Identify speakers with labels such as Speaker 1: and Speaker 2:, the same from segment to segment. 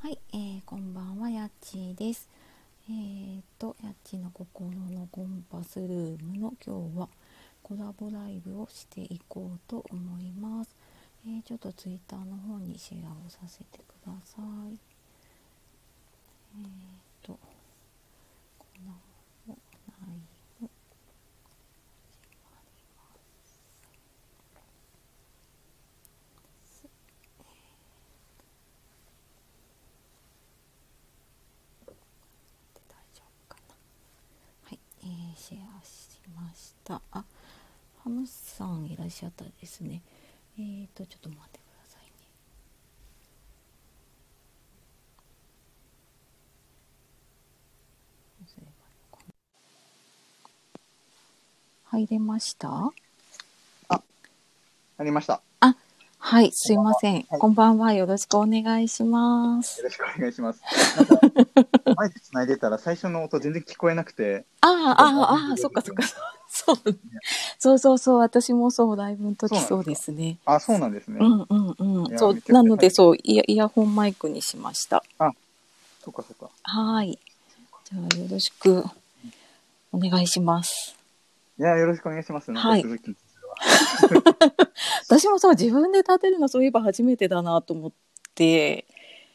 Speaker 1: はい、えー、こんばんは、やっちーです。えーと、やっちーの心のコンパスルームの今日はコラボライブをしていこうと思います。えー、ちょっとツイッターの方にシェアをさせてください。えーと、コラボライブ。シェアしました。あ、ハムさんいらっしゃったですね。えーと、ちょっと待ってくださいね。入れました
Speaker 2: あ、入りました。
Speaker 1: あ、はい、すいません。こんばんは。よろしくお願いします。
Speaker 2: よろしくお願いします。 マイク繋いでたら最初の音全然聞こえなくて。
Speaker 1: ああ、ああ、そっかそっ か。そう。そうそうそう。私もそう、ライブの時そうですね。
Speaker 2: あ、そうなんですね。
Speaker 1: うんうんうん。そう、なのでそうイヤ、イヤホンマイクにしました。
Speaker 2: あ、そっかそっか。
Speaker 1: はい。じゃあよろしくお願いします。
Speaker 2: いや、よろしくお願いします。
Speaker 1: はい。私もさ自分で立てるのそういえば初めてだなと思って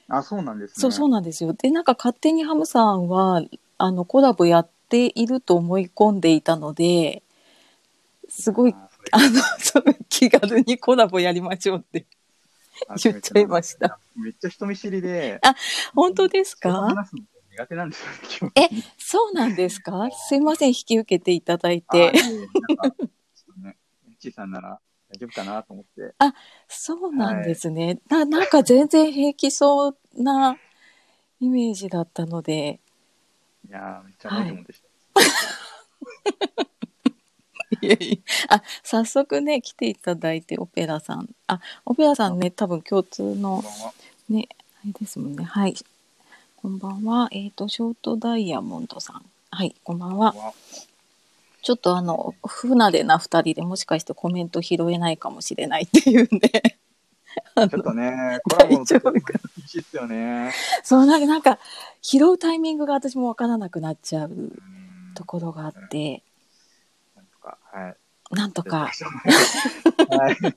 Speaker 2: あそうなんですね
Speaker 1: そうそうなんですよでなんか勝手にハムさんはあのコラボやっていると思い込んでいたのですごいあの その気軽にコラボやりましょうって言っちゃいました
Speaker 2: めっちゃ人見知りで
Speaker 1: あ本当ですか
Speaker 2: 苦手なんですよ
Speaker 1: えそうなんですかすいません引き受けていただいて。
Speaker 2: ちさんなら大丈夫かなと思って。
Speaker 1: あ、そうなんですね。はい、な、なんか全然平気そうなイメージだったので。
Speaker 2: いやめっちゃいいもんでした。
Speaker 1: はい、いやいやあ、早速ね、来ていただいて、オペラさん。あ、オペラさんね、多分共通の、ね、あれですもんね。はい。こんばんは。えっ、ー、と、ショートダイヤモンドさん。はい、こんばんは。こんばんはちょっとあの、不慣れな二人でもしかしてコメント拾えないかもしれないっていうん で
Speaker 2: ちょっとね、
Speaker 1: 大丈夫か。
Speaker 2: 厳しいっすよね。
Speaker 1: そう、なんか、なんか、拾うタイミングが私もわからなくなっちゃうところがあって。
Speaker 2: なんとか、はい。
Speaker 1: なんとか。
Speaker 2: はい。 緊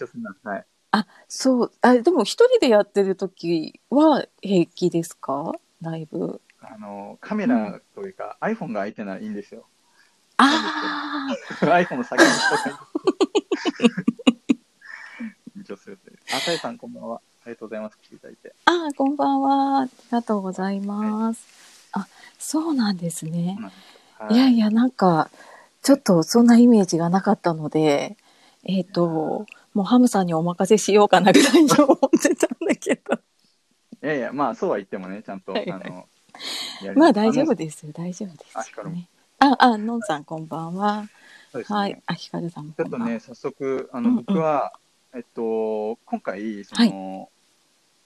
Speaker 2: 張するな、はい。
Speaker 1: あ、そう、あ、でも一人でやってる時は平気ですかライブ。
Speaker 2: あの、カメラというか、うん、iPhone が開いてないんですよ。
Speaker 1: ああ
Speaker 2: iPhone の先に 緊張するという。あ、たえさんこんばんは。ありがとうございます。来ていただいて。
Speaker 1: あこんばんは。ありがとうございます。はい、あ、そうなんですね。はい、いやいや、なんか、ちょっとそんなイメージがなかったので、えっ、ー、と、もうハムさんにお任せしようかなぐらいに思ってたんだけど。
Speaker 2: いやいや、まあそうは言ってもね、ちゃんと、はいはい、あの、
Speaker 1: まあ大丈夫ですよ、大丈夫です、ね。あ、あ、のんさん、こんばんは。
Speaker 2: ね、
Speaker 1: はい、あ、ひかるさん
Speaker 2: ちょっとね、早速、あの、うんうん、僕は、えっと、今回、その、はい、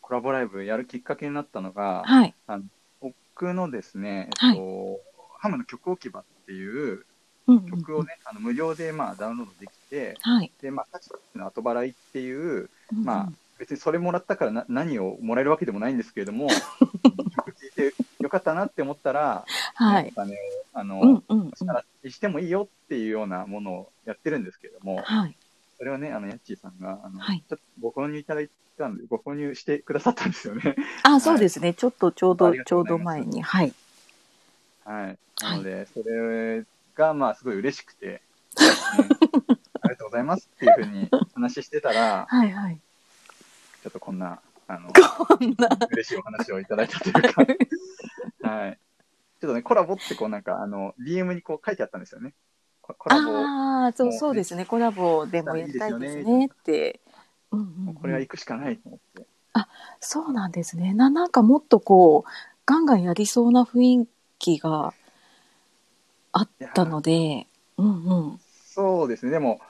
Speaker 2: コラボライブやるきっかけになったのが、
Speaker 1: はい、
Speaker 2: あの僕のですね、えっと、はい、ハムの曲置き場っていう、曲をね、あの無料で、まあ、ダウンロードできて、
Speaker 1: はい、
Speaker 2: で、まあ、タチの後払いっていう、うんうん、まあ、別にそれもらったからな何をもらえるわけでもないんですけれども、曲聴いてよかったなって思ったら、
Speaker 1: はい、
Speaker 2: お金をあの、うんうん、お支払いしてもいいよっていうようなものをやってるんですけれども、
Speaker 1: はい、
Speaker 2: それをね、あの、やっちーさんが、あの、
Speaker 1: はい、
Speaker 2: ちょっとご購入いただいたんで、ご購入してくださったんですよね。
Speaker 1: あ、そうですね。はい、ちょっとちょうど、ちょうど前に、はい。
Speaker 2: はい。なので、それが、まあ、すごい嬉しく て、ね、ありがとうございますっていうふうに 話してたら、
Speaker 1: はいはい。
Speaker 2: ちょっとこんな、あの、
Speaker 1: こんな
Speaker 2: 嬉しいお話をいただいたというか、はい。ちょっとね、コラボってこうなんか、あの、DM にこう書いてあったんですよね。
Speaker 1: コラボ。ああ、そう、そうですね。コラボでもやりたいですねって。
Speaker 2: うんうん、これは行くしかないと思って。
Speaker 1: あ、そうなんですね。な、なんかもっとこう、ガンガンやりそうな雰囲気があったので、うんうん。
Speaker 2: そうですね。でも、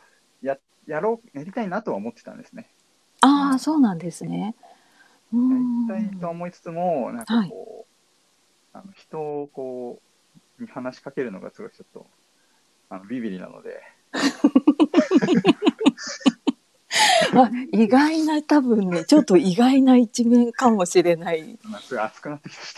Speaker 2: や、やろう、やりたいなとは思ってたんですね。
Speaker 1: ああ、そうなんですね。
Speaker 2: やりたいと思いつつも、なんかこう、はいあの人をこう、に話しかけるのがすごいちょっと、あのビビりなので。
Speaker 1: あ意外な多分ねちょっと意外な一面かもしれない
Speaker 2: まあすごい熱くなってきまし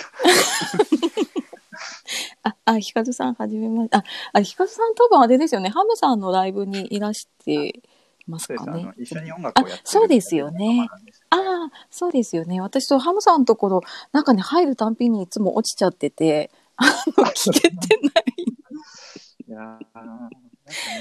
Speaker 2: た。
Speaker 1: ああひかるさんはじめましてああひかるさん多分あれですよねハムさんのライブにいらしてます
Speaker 2: そうで
Speaker 1: か
Speaker 2: す。あ
Speaker 1: ね
Speaker 2: の一緒に音楽をやって
Speaker 1: あ
Speaker 2: る
Speaker 1: そうですよね
Speaker 2: 仲間なんですけど。
Speaker 1: ああそうですよね私とハムさんのところなんかね入るたんびにいつも落ちちゃっててあの聞けてない
Speaker 2: いやーなんか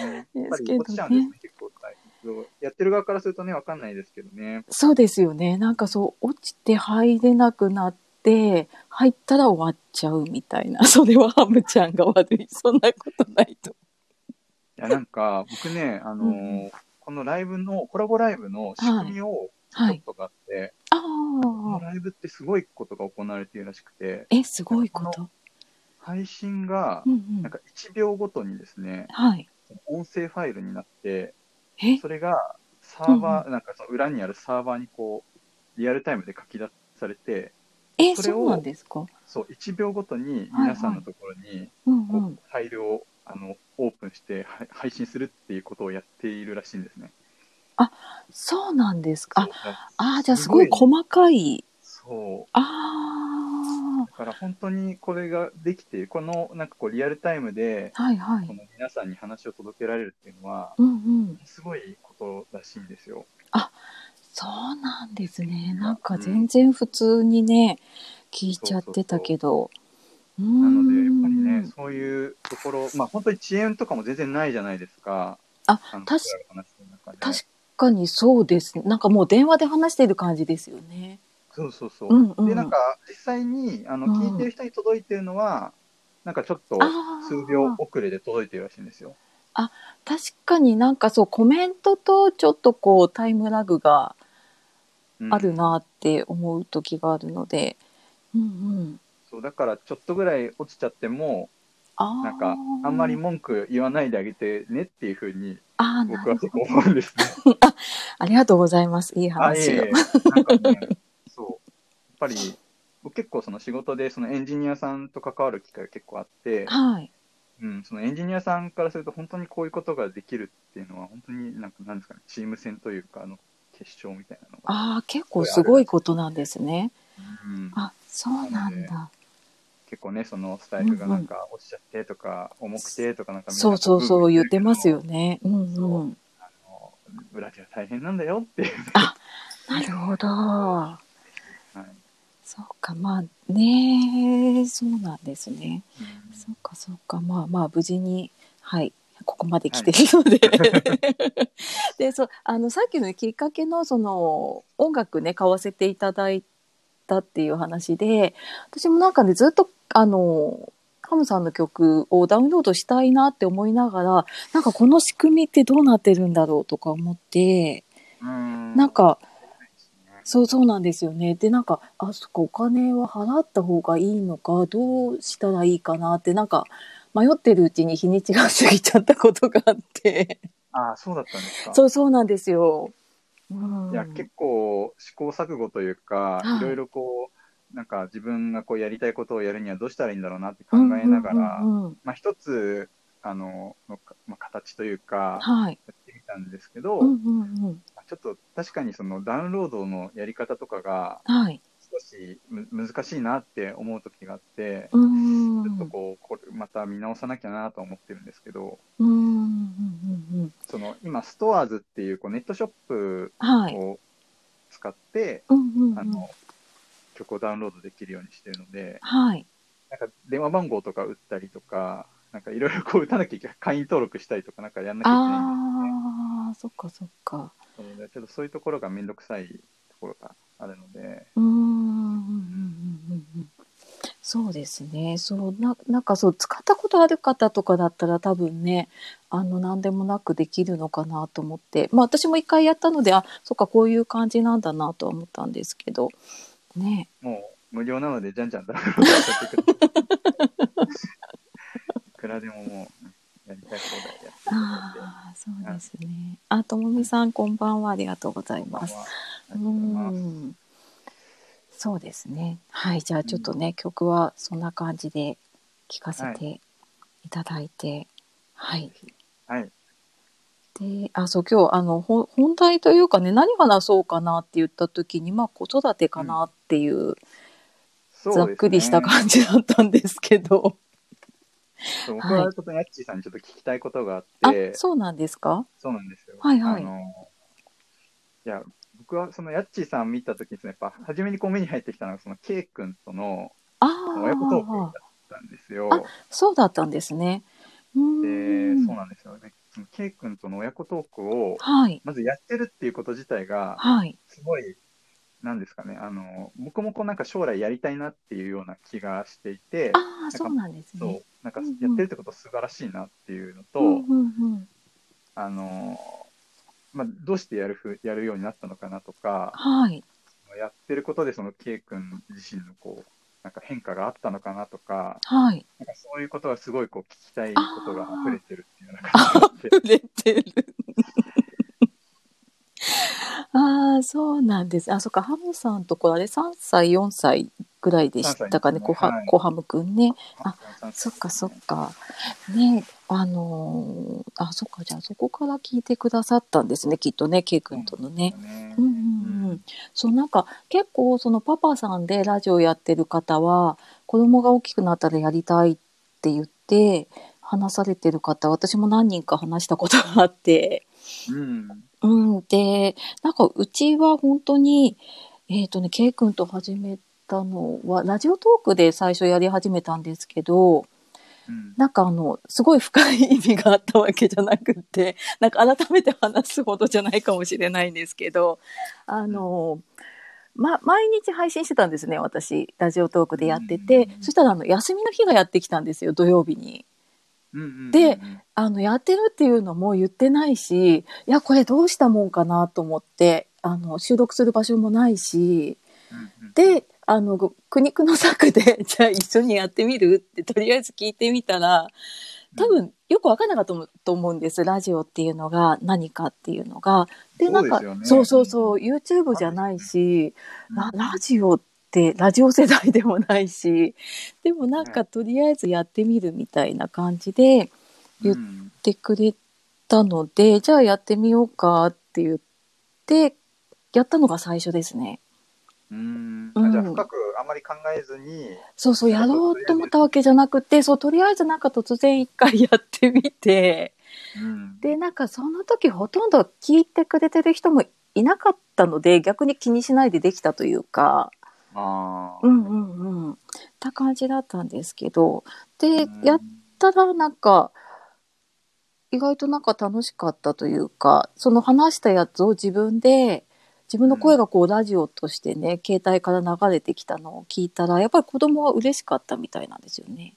Speaker 2: ね、
Speaker 1: ですけどね
Speaker 2: やっぱり落ちちゃうんですね、結構大変。やってる側からするとね、わかんないですけどね。
Speaker 1: そうですよね。なんかそう、落ちて入れなくなって、入ったら終わっちゃうみたいな。 それはハムちゃんが悪い。そんなことないと。
Speaker 2: いや、なんか、僕ね、あのー
Speaker 1: う
Speaker 2: このライブの、コラボライブの仕組みを、ち
Speaker 1: は
Speaker 2: ょっ
Speaker 1: い。
Speaker 2: とがあって、
Speaker 1: あ
Speaker 2: この
Speaker 1: あ。
Speaker 2: ライブってすごいことが行われているらしくて、
Speaker 1: え、すごいこと。
Speaker 2: 配信が
Speaker 1: う、んう
Speaker 2: なん
Speaker 1: ん。
Speaker 2: か1秒ごとにですね、
Speaker 1: はい。
Speaker 2: 音声ファイルになって、
Speaker 1: え、
Speaker 2: それがサーバー、なんかその裏にあるサーバーにこう、リアルタイムで書き出されて、
Speaker 1: え、
Speaker 2: それを
Speaker 1: そうなんですか
Speaker 2: そう、1秒ごとに皆さんのところに、
Speaker 1: うん
Speaker 2: こ
Speaker 1: うん
Speaker 2: う。ファイルをあのオープンしては配信するっていうことをやっているらしいんですね。
Speaker 1: そうなんですか。あ
Speaker 2: あ
Speaker 1: あー、じゃあすごい細かい。
Speaker 2: そう
Speaker 1: あ
Speaker 2: だから本当にこれができて、このなんかこうリアルタイムで、
Speaker 1: あ。はいは
Speaker 2: こ
Speaker 1: い。
Speaker 2: の皆さんに話を届けられるっていうのは、
Speaker 1: うんうん。
Speaker 2: すごいことらしいんですよ。
Speaker 1: そうなんですね。なんか全然普通にね、聞いちゃってたけど。な
Speaker 2: なので、やっぱりね、そういうところ、まあ本当に遅延とかも全然ないじゃないですか。
Speaker 1: あ
Speaker 2: あの
Speaker 1: 確
Speaker 2: 僕らが話してる中で
Speaker 1: 確かにそうですね。なんかもう電話で話してる感じですよね。
Speaker 2: そうそうそう。
Speaker 1: うんうん
Speaker 2: で、なんか実際にあの
Speaker 1: うん
Speaker 2: 聞いてる人に届いてるのは、なんかちょっと
Speaker 1: あー
Speaker 2: 数秒遅れで届いてるらしいんですよ。
Speaker 1: 確かになんかそうコメントとちょっとこうタイムラグが
Speaker 2: うん
Speaker 1: あるなって思う時があるので。うんうん。
Speaker 2: そうだからちょっとぐらい落ちちゃっても
Speaker 1: あー
Speaker 2: なんかあんまり文句言わないであげてねっていうふうに
Speaker 1: あーなる
Speaker 2: 僕は
Speaker 1: ほど
Speaker 2: 思うんですね。
Speaker 1: ありがとうございます。いい
Speaker 2: あい
Speaker 1: 話
Speaker 2: えい
Speaker 1: を。
Speaker 2: えなんかねそうやっぱり僕結構その仕事でそのエンジニアさんと関わる機会が結構あって、
Speaker 1: はい。
Speaker 2: うん、そのエンジニアさんからすると本当にこういうことができるっていうのは本当になんかなんですかねチーム戦というかあの決勝みたいなのが、
Speaker 1: ああ、結構すごいことなんですね。
Speaker 2: うん、
Speaker 1: あ、そうなんだ。
Speaker 2: 結構ねそのスタイフがなんか落ちちゃってとか、重くてとかなんかみんな
Speaker 1: そうそうそう言ってますよ
Speaker 2: ブーブー
Speaker 1: ね。うん
Speaker 2: そ
Speaker 1: うん。
Speaker 2: 言ってるけどブラジル大変なんだよっていう、
Speaker 1: なるほど。
Speaker 2: はい
Speaker 1: そうか、まあね、そうなんですね。
Speaker 2: うん
Speaker 1: そうか、そうか、まあまあ、無事に、はい、ここまで来てるので。 で、そう、あの、さっきのきっかけの、その、音楽ね、買わせていただいたっていう話で、私もなんかね、ずっと、あの、ハムさんの曲をダウンロードしたいなって思いながら、なんかこの仕組みってどうなってるんだろうとか思って、
Speaker 2: うん
Speaker 1: なんか、
Speaker 2: ね
Speaker 1: そうそうなんですよね。で、なんか、あ、そっか、お金は払った方がいいのか、どうしたらいいかなって、なんか、迷ってるうちに日にちが過ぎちゃったことがあ って。
Speaker 2: ああそうだったんですか
Speaker 1: そうそうなんですよ。うん。
Speaker 2: いや結構試行錯誤というか、
Speaker 1: はい
Speaker 2: い、ろいろこうなんか自分がこうやりたいことをやるにはどうしたらいいんだろうなって考えながら、
Speaker 1: うんうんうんうん
Speaker 2: まあ、一つあののかまあ、形というかや
Speaker 1: はい。
Speaker 2: ってみたんですけど、
Speaker 1: うんうんうん。
Speaker 2: まあちょっと確かにそのダウンロードのやり方とかが
Speaker 1: はい。
Speaker 2: 少しむ難しいなって思う時があって、
Speaker 1: うんうんう
Speaker 2: ちょっと
Speaker 1: ん。
Speaker 2: こうこれまた見直さなきゃなと思ってるんですけど
Speaker 1: うんうんうんうん。
Speaker 2: その今ストアーズっていうこうネットショップ
Speaker 1: はい。
Speaker 2: を使って、
Speaker 1: うんうんう
Speaker 2: あ
Speaker 1: ん。
Speaker 2: の曲をダウンロードできるようにしてるので
Speaker 1: はい。
Speaker 2: なんか電話番号とか打ったりとかなんかいろいろこう打たなきゃいけない会員登録したりとかなんかやんなきゃいけないんで
Speaker 1: ああ、そっかそっか。
Speaker 2: なので、ちょっとそういうところがめんどくさいところがあるので、
Speaker 1: うーんうんうんうんうんうんそうですね。そうななんかそう使ったことある方とかだったら多分ね、あの何でもなくできるのかなと思って、まあ私も一回やったので、あ、そっかこういう感じなんだなとは思ったんですけど、ね。
Speaker 2: もう無料なので、じゃんじゃんダウンロードしちゃってくだ さい。いくらでももう、やりたいことでやっていただいて。
Speaker 1: ああそうですね。あともみさんこんばんはありがとうございます。
Speaker 2: こ
Speaker 1: うん
Speaker 2: ばんはありがとうございます。
Speaker 1: ん。そうですね。はい、じゃあちょっとね、曲はそんな感じで聴かせていただいて、はい。
Speaker 2: はい。
Speaker 1: で、あ、そう、今日、あの、ほ本題というかね、何話そうかなって言った時に、まあ、子育てかなっていう、
Speaker 2: そうです
Speaker 1: ざ
Speaker 2: ね
Speaker 1: っくりした感じだったんですけど。
Speaker 2: そう僕
Speaker 1: は
Speaker 2: はいちょっとナッチーさんにちょっと聞きたいことが
Speaker 1: あ
Speaker 2: あって、、
Speaker 1: そうなんですか
Speaker 2: そうなんですよ。
Speaker 1: はいはい
Speaker 2: あのいや僕はそのヤッチーさん見たときですね、やっぱ初めにこう目に入ってきたのが、その K 君との
Speaker 1: あ
Speaker 2: 親子トークだっ
Speaker 1: あ、
Speaker 2: たんですよ。
Speaker 1: あそうだったんですね。うー
Speaker 2: で、
Speaker 1: ん
Speaker 2: そう。なんですよね。その K 君との親子トークを、
Speaker 1: はい、
Speaker 2: まずやってるっていうこと自体が、
Speaker 1: はい。
Speaker 2: すごい、なんですかね、あの僕もこうなんか将来やりたいなっていうような気がしていて、
Speaker 1: ああ、そうなんです
Speaker 2: そう
Speaker 1: ね。
Speaker 2: なんか
Speaker 1: うんうん
Speaker 2: やってるってこと素晴らしいなっていうのと、
Speaker 1: うんうんうん。
Speaker 2: あのまあ、どうしてやるふやるようになったのかなとか、
Speaker 1: はい。
Speaker 2: やってることでその K 君自身のこうなんか変化があったのかなとか、
Speaker 1: はい。
Speaker 2: なんかそういうことがすごいこう聞きたいことが溢れてるっていうよ うな感じがあって、
Speaker 1: 触れてる。ああ、そうなんです。あ、そっか、ハムさんとこあれ3歳、4歳ぐらいでしたかね、
Speaker 2: 3歳ですね
Speaker 1: こは
Speaker 2: はい
Speaker 1: こはむくんね。あ
Speaker 2: あ
Speaker 1: そっか、そっか。ね、あのーあ、そっか、じゃあそこから聞いてくださったんですね、きっとね、ケイ君とのね。
Speaker 2: ね
Speaker 1: うんうんうん、そうなんか結構そのパパさんでラジオやってる方は子供が大きくなったらやりたいって言って話されてる方私も何人か話したことがあって、
Speaker 2: うん
Speaker 1: うん、でなんかうちは本当にえっ、とね K 君と始めたのはラジオトークで最初やり始めたんですけど
Speaker 2: うん
Speaker 1: なんかあのすごい深い意味があったわけじゃなくて なんか改めて話すほどじゃないかもしれないんですけどあの、ま、毎日配信してたんですね私ラジオトークでやってて、
Speaker 2: うん
Speaker 1: そしたらあの休みの日がやってきたんですよ土曜日に。
Speaker 2: うんうんうん
Speaker 1: であのやってるっていうのも言ってないしいやこれどうしたもんかなと思ってあの収録する場所もないし
Speaker 2: うんうん、
Speaker 1: であのご苦肉の策で じゃあ一緒にやってみるってとりあえず聞いてみたら多分よく分かんなかったと思うと思うんですラジオっていうのが何かっていうのが。でなんか
Speaker 2: そうですよね
Speaker 1: そうそうそう YouTube じゃないし、ララジオってラジオ世代でもないしでもなんかとりあえずやってみるみたいな感じで。言
Speaker 2: うん
Speaker 1: ってくれたのでじゃあやってみようかって言ってやったのが最初ですね。
Speaker 2: うん
Speaker 1: う
Speaker 2: あ
Speaker 1: ん
Speaker 2: じゃあ深くあんまり考えずに、
Speaker 1: そうそうやろうと思ったわけじゃなくてそうとりあえずなんか突然一回やってみて
Speaker 2: うん
Speaker 1: でなんかその時ほとんど聞いてくれてる人もいなかったので逆に気にしないでできたというか
Speaker 2: あー
Speaker 1: うんうんうんた感じだったんですけどで
Speaker 2: うん
Speaker 1: やったらなんか意外となんか楽しかったというかその話したやつを自分で自分の声がこうラジオとしてね携帯から流れてきたのを聞いたらやっぱり子供は嬉しかったみたいなんですよね。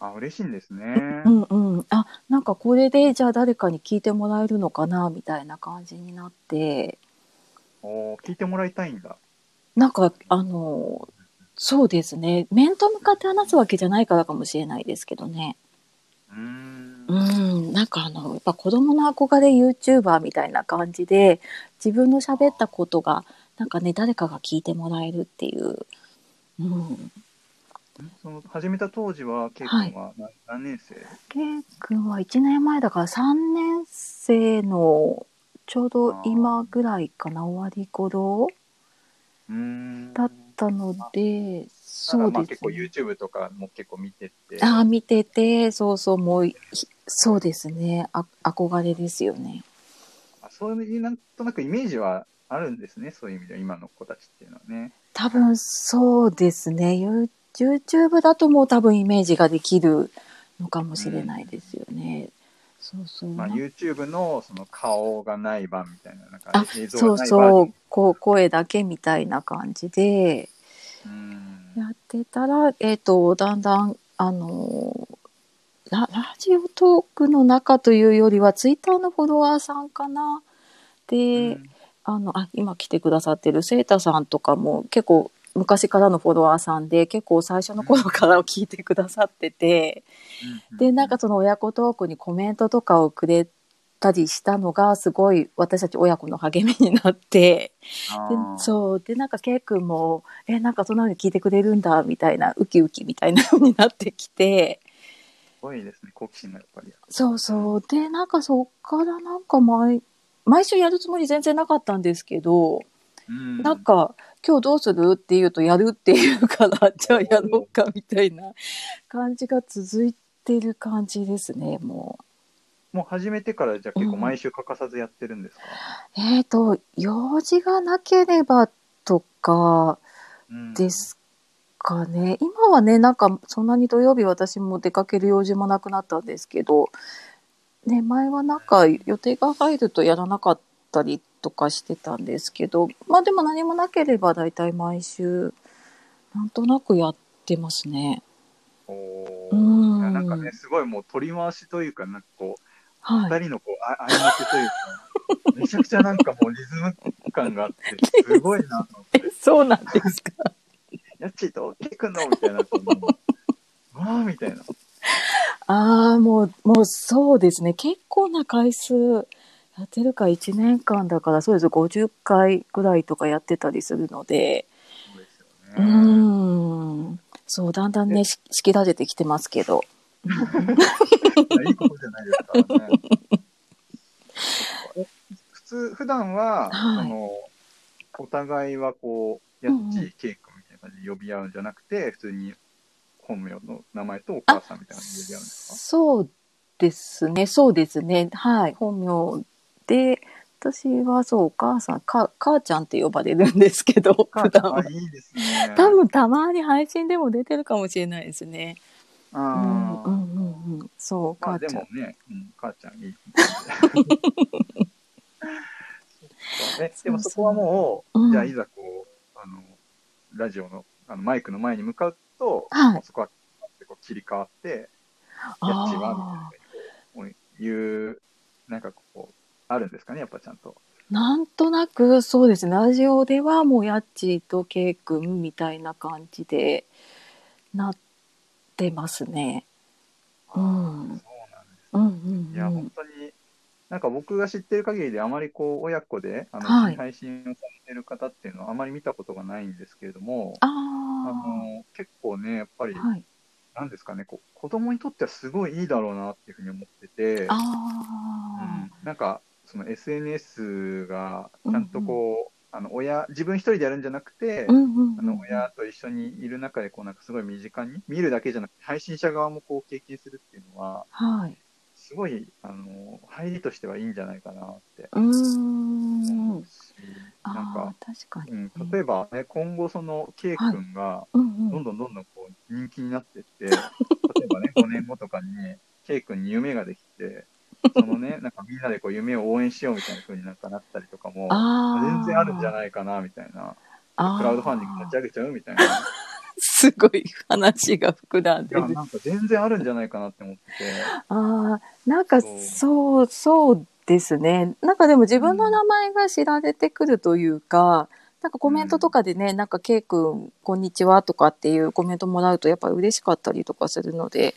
Speaker 2: あ嬉しいんですね。
Speaker 1: うんうん、あなんかこれでじゃあ誰かに聞いてもらえるのかなみたいな感じになって
Speaker 2: おー聞いてもらいたいんだ。
Speaker 1: なんかあのそうですね面と向かって話すわけじゃないからかもしれないですけどね。
Speaker 2: うーん
Speaker 1: う。ん、なんかあの、やっぱ子供の憧れ YouTuber みたいな感じで、自分の喋ったことが、なんかね、誰かが聞いてもらえるっていう。うん。
Speaker 2: その始めた当時は、ケイ君は何,、何年生
Speaker 1: ケイ君は1年前だから3年生の、ちょうど今ぐらいかな、終わり頃
Speaker 2: うーん。
Speaker 1: だったので、
Speaker 2: な
Speaker 1: そ
Speaker 2: ん
Speaker 1: う
Speaker 2: かまあ
Speaker 1: で
Speaker 2: 結
Speaker 1: す
Speaker 2: 構
Speaker 1: ね。
Speaker 2: YouTube とかも結構見てて。
Speaker 1: ああ、見てて、そうそう、もうひ、そうですね。あ、憧れですよね。
Speaker 2: あそういう、なんとなくイメージはあるんですね。そういう意味では、今の子たちっていうのはね。
Speaker 1: 多分そうですね。You- YouTube だともう多分イメージができるのかもしれないですよね。そうそう。
Speaker 2: まあ、YouTube のその顔がない版みたいな、なんか
Speaker 1: あ
Speaker 2: 映像
Speaker 1: そ
Speaker 2: が
Speaker 1: う
Speaker 2: ない
Speaker 1: そ
Speaker 2: 版
Speaker 1: う。こう声だけみたいな感じで
Speaker 2: うーん
Speaker 1: やってたら、えっ、と、だんだん、あのーラ、ラジオトークの中というよりは、ツイッターのフォロワーさんかな。で、
Speaker 2: うん
Speaker 1: あのあ今来てくださってるセータさんとかも結構昔からのフォロワーさんで結構最初の頃から聞いてくださってて、でなんか、その親子トークにコメントとかをくれたりしたのがすごい私たち親子の励みになってで
Speaker 2: う
Speaker 1: そうでなんかケイ君も「えなんかそんな風に聞いてくれるんだ」みたいなウキウキみたいな風になってきて
Speaker 2: ごいですね、好奇心がやっぱり。
Speaker 1: そうそう。で、なんかそっからなんか毎、毎週やるつもり全然なかったんですけど、
Speaker 2: うん
Speaker 1: なんか、今日どうするって言うとやるっていう から、じゃあやろうかみたいな感じが続いてる感じですね、も
Speaker 2: もう始めてからじゃあ結構毎週欠かさずやってるんですか、
Speaker 1: う。えっ、と、用事がなければとか
Speaker 2: うん
Speaker 1: ですかね。今はね、なんかそんなに土曜日私も出かける用事もなくなったんですけど、ね、前はなんか予定が入るとやらなかったりとかしてたんですけど、まあでも何もなければ大体毎週、なんとなくやってますね。
Speaker 2: お
Speaker 1: うん
Speaker 2: ーいやなんかね、すごいもう取り回しというか、なんかこう、
Speaker 1: は
Speaker 2: 二
Speaker 1: い。
Speaker 2: 人のこう、あ、相手というか、めちゃくちゃなんかもうリズム感があって、すごいな と思って、
Speaker 1: そうなんですか。
Speaker 2: やっちーと、ケイ君のみたいな、その、わーみたいな。
Speaker 1: ああ、もう、もうそうですね。結構な回数やってるか、1年間だから、そうです。50回ぐらいとかやってたりするので、
Speaker 2: そうです
Speaker 1: う
Speaker 2: よね。
Speaker 1: ーん。そう、だんだんね、し仕切られてきてますけど。
Speaker 2: いやいいことじゃないですからね。え普通、普段は、
Speaker 1: はい
Speaker 2: その、お互いはこう、やっちー、ケイ君みたいな感じで呼び合うんじゃなくて、普通に本名の名前とお母さんみたいな感じで呼び合うんですか
Speaker 1: そうですね、そうですね。はい。本名で、私はそう、お母さん、か母ちゃんって呼ばれるんですけど、普段は
Speaker 2: あ、。いいですね。
Speaker 1: 多分たまに配信でも出てるかもしれないですね。うん
Speaker 2: あ
Speaker 1: う
Speaker 2: ー
Speaker 1: んうんうん、そう、
Speaker 2: ま
Speaker 1: 母
Speaker 2: あで
Speaker 1: ちゃ
Speaker 2: も
Speaker 1: ん。
Speaker 2: ね、うん、母ちゃん いい。えでもそこはもう、
Speaker 1: うん
Speaker 2: じゃあいざこう、あの、ラジオのあのマイクの前に向かうと、
Speaker 1: はい。
Speaker 2: そこはこう切り替わって、やっちまうみたい
Speaker 1: あ
Speaker 2: なこういう、なんかこう、あるんですかね、やっぱちゃんと。
Speaker 1: ーなんとなく、そうですね。ラジオではもう、やっちーとけいくんみたいな感じで、なってますね。うん。うん
Speaker 2: そうなんです。
Speaker 1: うん、うん。
Speaker 2: いや、本当に、なんか僕が知ってる限りで、あまりこう、親子で、あの、
Speaker 1: はい
Speaker 2: 配信をされてる方っていうのはあまり見たことがないんですけれども、あ
Speaker 1: あ
Speaker 2: の結構ね、やっぱり
Speaker 1: あ。、はい。
Speaker 2: なんですかね、こう子供にとってはすごいいいだろうなっていうふうに思ってて、
Speaker 1: あ
Speaker 2: うん
Speaker 1: あ。
Speaker 2: なんか、その SNS がちゃんとこう、あの親、自分一人でやるんじゃなくて、
Speaker 1: うんうんうん。
Speaker 2: あの親と一緒にいる中で、こうなんかすごい身近に、見るだけじゃなくて、配信者側もこう経験するっていうのは、
Speaker 1: はい。
Speaker 2: すごい、あの、入りとしてはいいんじゃないかなって
Speaker 1: うーん。
Speaker 2: し、
Speaker 1: あ
Speaker 2: なんか
Speaker 1: あ、、確かに。
Speaker 2: うん、例えば、ね、今後その、ケイ君が、
Speaker 1: うんう
Speaker 2: ど
Speaker 1: ん。
Speaker 2: んどんどんどんこう人気になってって、例えばね、5年 後とかに、ね、ケイ君に夢ができて、そ のね、なんかみんなでこう夢を応援しようみたいな風になんかなったりとかも、
Speaker 1: ああ。
Speaker 2: 全然あるんじゃ
Speaker 1: い
Speaker 2: ないかなみたいな、
Speaker 1: ク
Speaker 2: クラウドファンディング立ち上げちゃうみたいな、い
Speaker 1: すごい話が膨らんで
Speaker 2: や、
Speaker 1: る。
Speaker 2: なんか全然あるんじゃないかなって思ってて、
Speaker 1: ああ、なんか
Speaker 2: そう
Speaker 1: そう、そうですね。なんかでも自分の名前が知られてくるというか、なんかコメントとかでね、なんか、ケイ君、こんにちはとかっていうコメントもらうと、やっぱり嬉しかったりとかするので、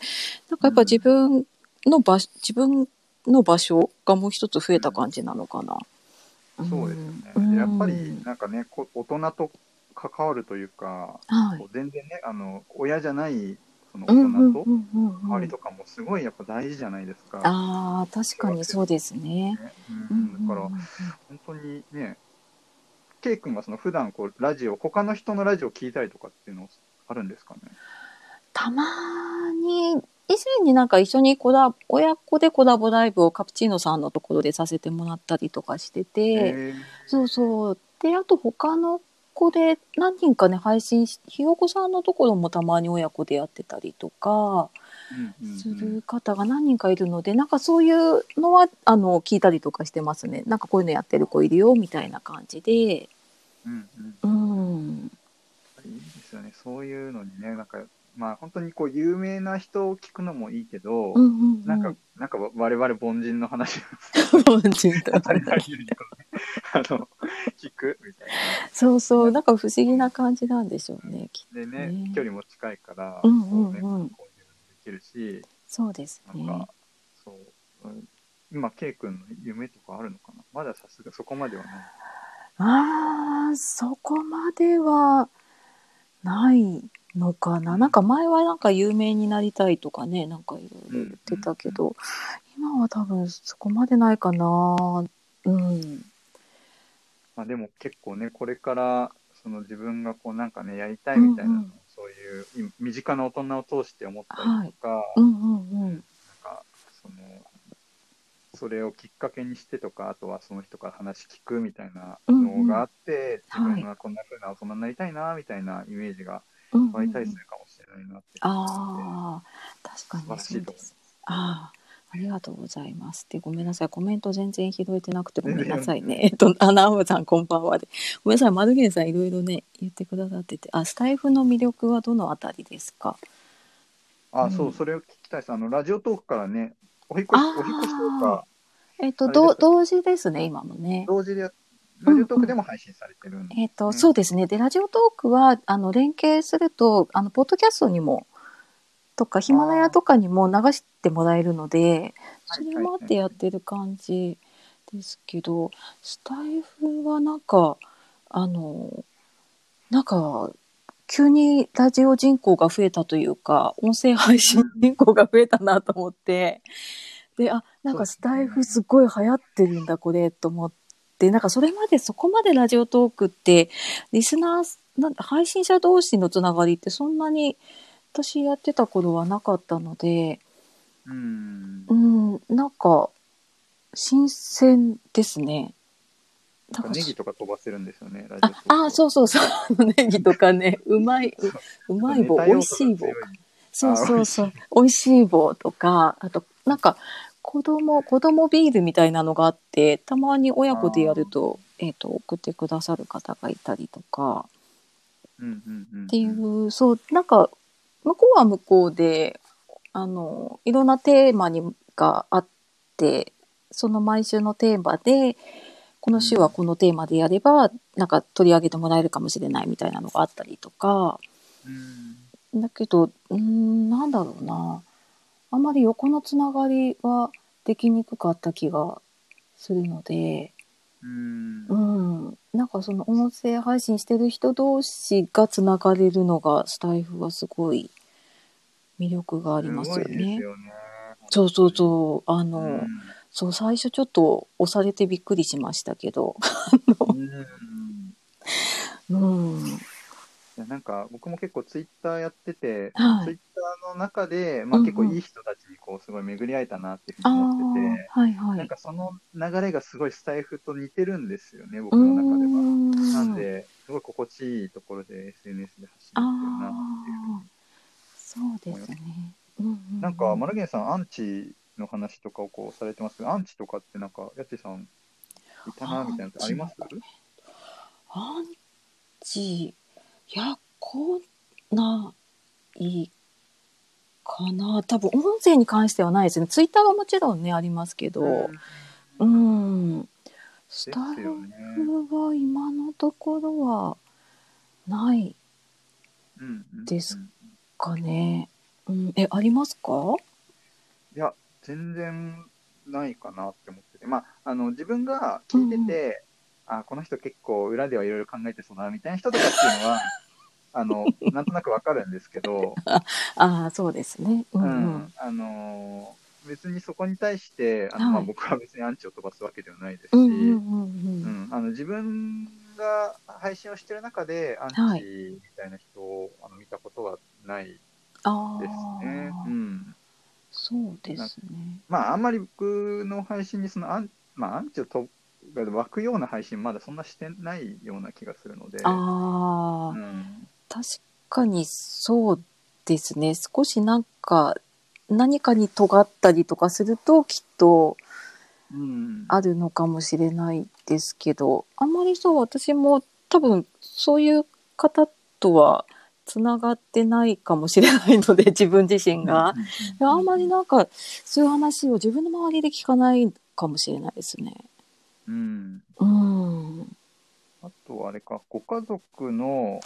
Speaker 1: なんかやっぱ自分の場所、自分の場所がもう一つ増えた感じなのかな。
Speaker 2: そうですよね。
Speaker 1: うん
Speaker 2: やっぱり、なんかね、こう大人と関わるというか、
Speaker 1: はい
Speaker 2: こ。う全然ね、あの、親じゃないその
Speaker 1: うんうんう
Speaker 2: 大
Speaker 1: ん
Speaker 2: 人と
Speaker 1: うん
Speaker 2: 関
Speaker 1: う
Speaker 2: わ
Speaker 1: ん
Speaker 2: りとかもすごいやっぱ大事じゃないですか。
Speaker 1: ああ、確かにそうですね。
Speaker 2: ね
Speaker 1: う
Speaker 2: うん
Speaker 1: うんうん
Speaker 2: ん、だから、本当にね、ケイ君はその普段こうラジオ、他の人のラジオ聞いたりとかっていうのあるんですかね。
Speaker 1: たまに、以前になんか一緒にコラ、親子でコラボライブをカプチーノさんのところでさせてもらったりとかしてて、
Speaker 2: え
Speaker 1: そうそう。で、あと他の子で何人かね、配信し、ひよこさんのところもたまに親子でやってたりとか、する方が何人かいるので、なんかそういうのは、あの、聞いたりとかしてますね。なんかこういうのやってる子いるよ、みたいな感じで、
Speaker 2: うんうん
Speaker 1: うん。
Speaker 2: いいですよね、そういうのにね、なんか、まあ、本当にこう有名な人を聞くのもいいけど、
Speaker 1: うんうん、うん。
Speaker 2: なんか、なんか我々凡人の話を当たり前のようにこうね あの聞くみたい
Speaker 1: そうそう、なんか不思議な感じなんでしょうね。き
Speaker 2: な。でね、
Speaker 1: ね
Speaker 2: 距離も近いから、
Speaker 1: うんうんうん
Speaker 2: こうねこういうのできるし、
Speaker 1: そうです
Speaker 2: なん
Speaker 1: ね
Speaker 2: か。、そう、うん今、ケイ君の夢とかあるのかなまださすがそこまではない。
Speaker 1: ああ、そこまではないのかななんか前はなんか有名になりたいとかねなんかいろいろ言ってたけど、今は多分そこまでないかなうん
Speaker 2: まあ、でも結構ね、これからその自分がこうなんかね、やりたいみたいなの
Speaker 1: う
Speaker 2: を、
Speaker 1: んうん
Speaker 2: そういう今身近な大人を通して思ったりとか、
Speaker 1: うんうんうん
Speaker 2: なんかそのそれをきっかけにしてとか、あとはその人から話聞くみたいなのがあって、
Speaker 1: うんうん
Speaker 2: 自分がこんな風な大人になりたいなみたいなイメージが
Speaker 1: うんうん
Speaker 2: 湧いたりするかもしれないなって。
Speaker 1: ああ確かに
Speaker 2: 素
Speaker 1: そ
Speaker 2: 晴らし
Speaker 1: う
Speaker 2: い
Speaker 1: で
Speaker 2: と思います
Speaker 1: ああありがとうございます。で、ごめんなさい。コメント全然拾えてなくてごめんなさいね。えっ と、アナウさん、こんばんはで。ごめんなさい。マルゲンさん、いろいろね、言ってくださってて。あ、スタイフの魅力はどのあたりですか
Speaker 2: あ、
Speaker 1: うん
Speaker 2: そう、それを聞きたいです。あの、ラジオトークからね、お引っ越し
Speaker 1: あ、ー
Speaker 2: お引っ越しとか、
Speaker 1: えっと、
Speaker 2: あれです
Speaker 1: ど
Speaker 2: か
Speaker 1: う同時ですね、今もね。
Speaker 2: 同時でや、ラジオトークでも配信されてるんで、
Speaker 1: えっと、
Speaker 2: うん
Speaker 1: そうですね。で、ラジオトークは、あの、連携すると、あの、ポッドキャストにも、とか、ヒマラヤとかにも流してもらえるので、それもあってやってる感じですけど、スタイフはなんか、あの、なんか、急にラジオ人口が増えたというか、音声配信人口が増えたなと思って、で、あ、なんかスタイフすごい流行ってるんだ、これ、と思って、なんかそれまでそこまでラジオトークって、リスナー、なん配信者同士のつながりってそんなに私やってた頃はなかったので、
Speaker 2: うん
Speaker 1: うん、なんか、新鮮ですね。
Speaker 2: なん
Speaker 1: な
Speaker 2: か
Speaker 1: んか
Speaker 2: ネギとか飛ばせるんですよね、ラジオ
Speaker 1: あ
Speaker 2: トーク、
Speaker 1: あ、そうそうそう。ネギとかね、うまい、ううまい棒、
Speaker 2: ネタ
Speaker 1: 美
Speaker 2: 要
Speaker 1: 味
Speaker 2: 素
Speaker 1: しい
Speaker 2: が強
Speaker 1: 棒。そうそうそう。美味しい棒とか、あと、なんか、子供、子供ビールみたいなのがあって、たまに親子でやると、えっ、と、送ってくださる方がいたりとか、
Speaker 2: うんうんうん。っ
Speaker 1: ってい。う、そう、なんか、向こうは向こうで、あの、いろんなテーマにがあって、その毎週のテーマで、この週はこのテーマでやれば、なんか取り上げてもらえるかもしれないみたいなのがあったりとか、
Speaker 2: うん
Speaker 1: だけど、うーん、なんだろうな。あんまり横のつながりはできにくかった気がするので、
Speaker 2: うん
Speaker 1: う。ん、なんかその音声配信してる人同士がつながれるのがスタイフはすごい魅力がありますよ
Speaker 2: ごいで
Speaker 1: ね
Speaker 2: す。よね。
Speaker 1: そうそう
Speaker 2: う。
Speaker 1: そうあの、
Speaker 2: うん。
Speaker 1: そう最初ちょっと押されてびっくりしましたけど、
Speaker 2: うん
Speaker 1: うん、
Speaker 2: いやなんか僕も結構ツイッターやってて、
Speaker 1: はい
Speaker 2: ツイッターの中で、まあ、
Speaker 1: うんうん
Speaker 2: 結構いい人たちにこうすごい巡り合えたなっていうふう
Speaker 1: あ
Speaker 2: に
Speaker 1: あ
Speaker 2: 思ってて、
Speaker 1: はいはい。
Speaker 2: なんかその流れがすごいスタイフと似てるんですよね、
Speaker 1: う
Speaker 2: 僕
Speaker 1: ー
Speaker 2: の中では。
Speaker 1: ん
Speaker 2: なんで、すごい心地いいところで SNS で発信してる
Speaker 1: あ
Speaker 2: なっていうふうに
Speaker 1: あそうですね。うんうんうん
Speaker 2: なんか、マルゲンさん、アンチの話とかをこうされてますけど、アンチとかって、なんか、やっちさん、いたなみたいなのってあります
Speaker 1: アンチ、いや、こんないかな。多分、音声に関してはないですね。ツイッターはもちろんね、ありますけど。う
Speaker 2: うん
Speaker 1: ん。ス
Speaker 2: で
Speaker 1: タ
Speaker 2: す
Speaker 1: イ
Speaker 2: よね。
Speaker 1: フは今のところはない
Speaker 2: うんうん
Speaker 1: です
Speaker 2: うん
Speaker 1: かね。うん、え、ありますか
Speaker 2: いや、全然ないかなって思ってて、まあ、あの自分が聞いてて、あこの人結構裏ではいろいろ考えてそうだなみたいな人とかっていう のは、あのなんとなくわかるんですけど、
Speaker 1: ああ、そうですね。う、
Speaker 2: うん
Speaker 1: うん
Speaker 2: ん。あの別にそこに対して、あのまあ
Speaker 1: はい
Speaker 2: 僕は別にアンチを飛ばすわけではないですし、
Speaker 1: うんうんうん
Speaker 2: う
Speaker 1: うん。
Speaker 2: ん、あの自分が配信をしてる中でア
Speaker 1: は
Speaker 2: ン
Speaker 1: い
Speaker 2: チみたいな人を、あの見たことはないで
Speaker 1: あ
Speaker 2: すね。
Speaker 1: あ
Speaker 2: う、ん、
Speaker 1: そうですね。
Speaker 2: まああんまり僕の配信にそのアン,、まあ、アンチをとが湧くような配信まだそんなしてないような気がするので。
Speaker 1: ああ
Speaker 2: う、ん
Speaker 1: 確かにそうですね少しなんか何かに尖ったりとかするときっと
Speaker 2: うん、
Speaker 1: あるのかもしれないですけどあんまりそう私も多分そういう方とはつながってないかもしれないので 自分自身が
Speaker 2: う。ん
Speaker 1: いやあんまり、なんかそういう話を自分の周りで聞かないかもしれないですね。
Speaker 2: うん、
Speaker 1: うん。
Speaker 2: あとあれかご家族の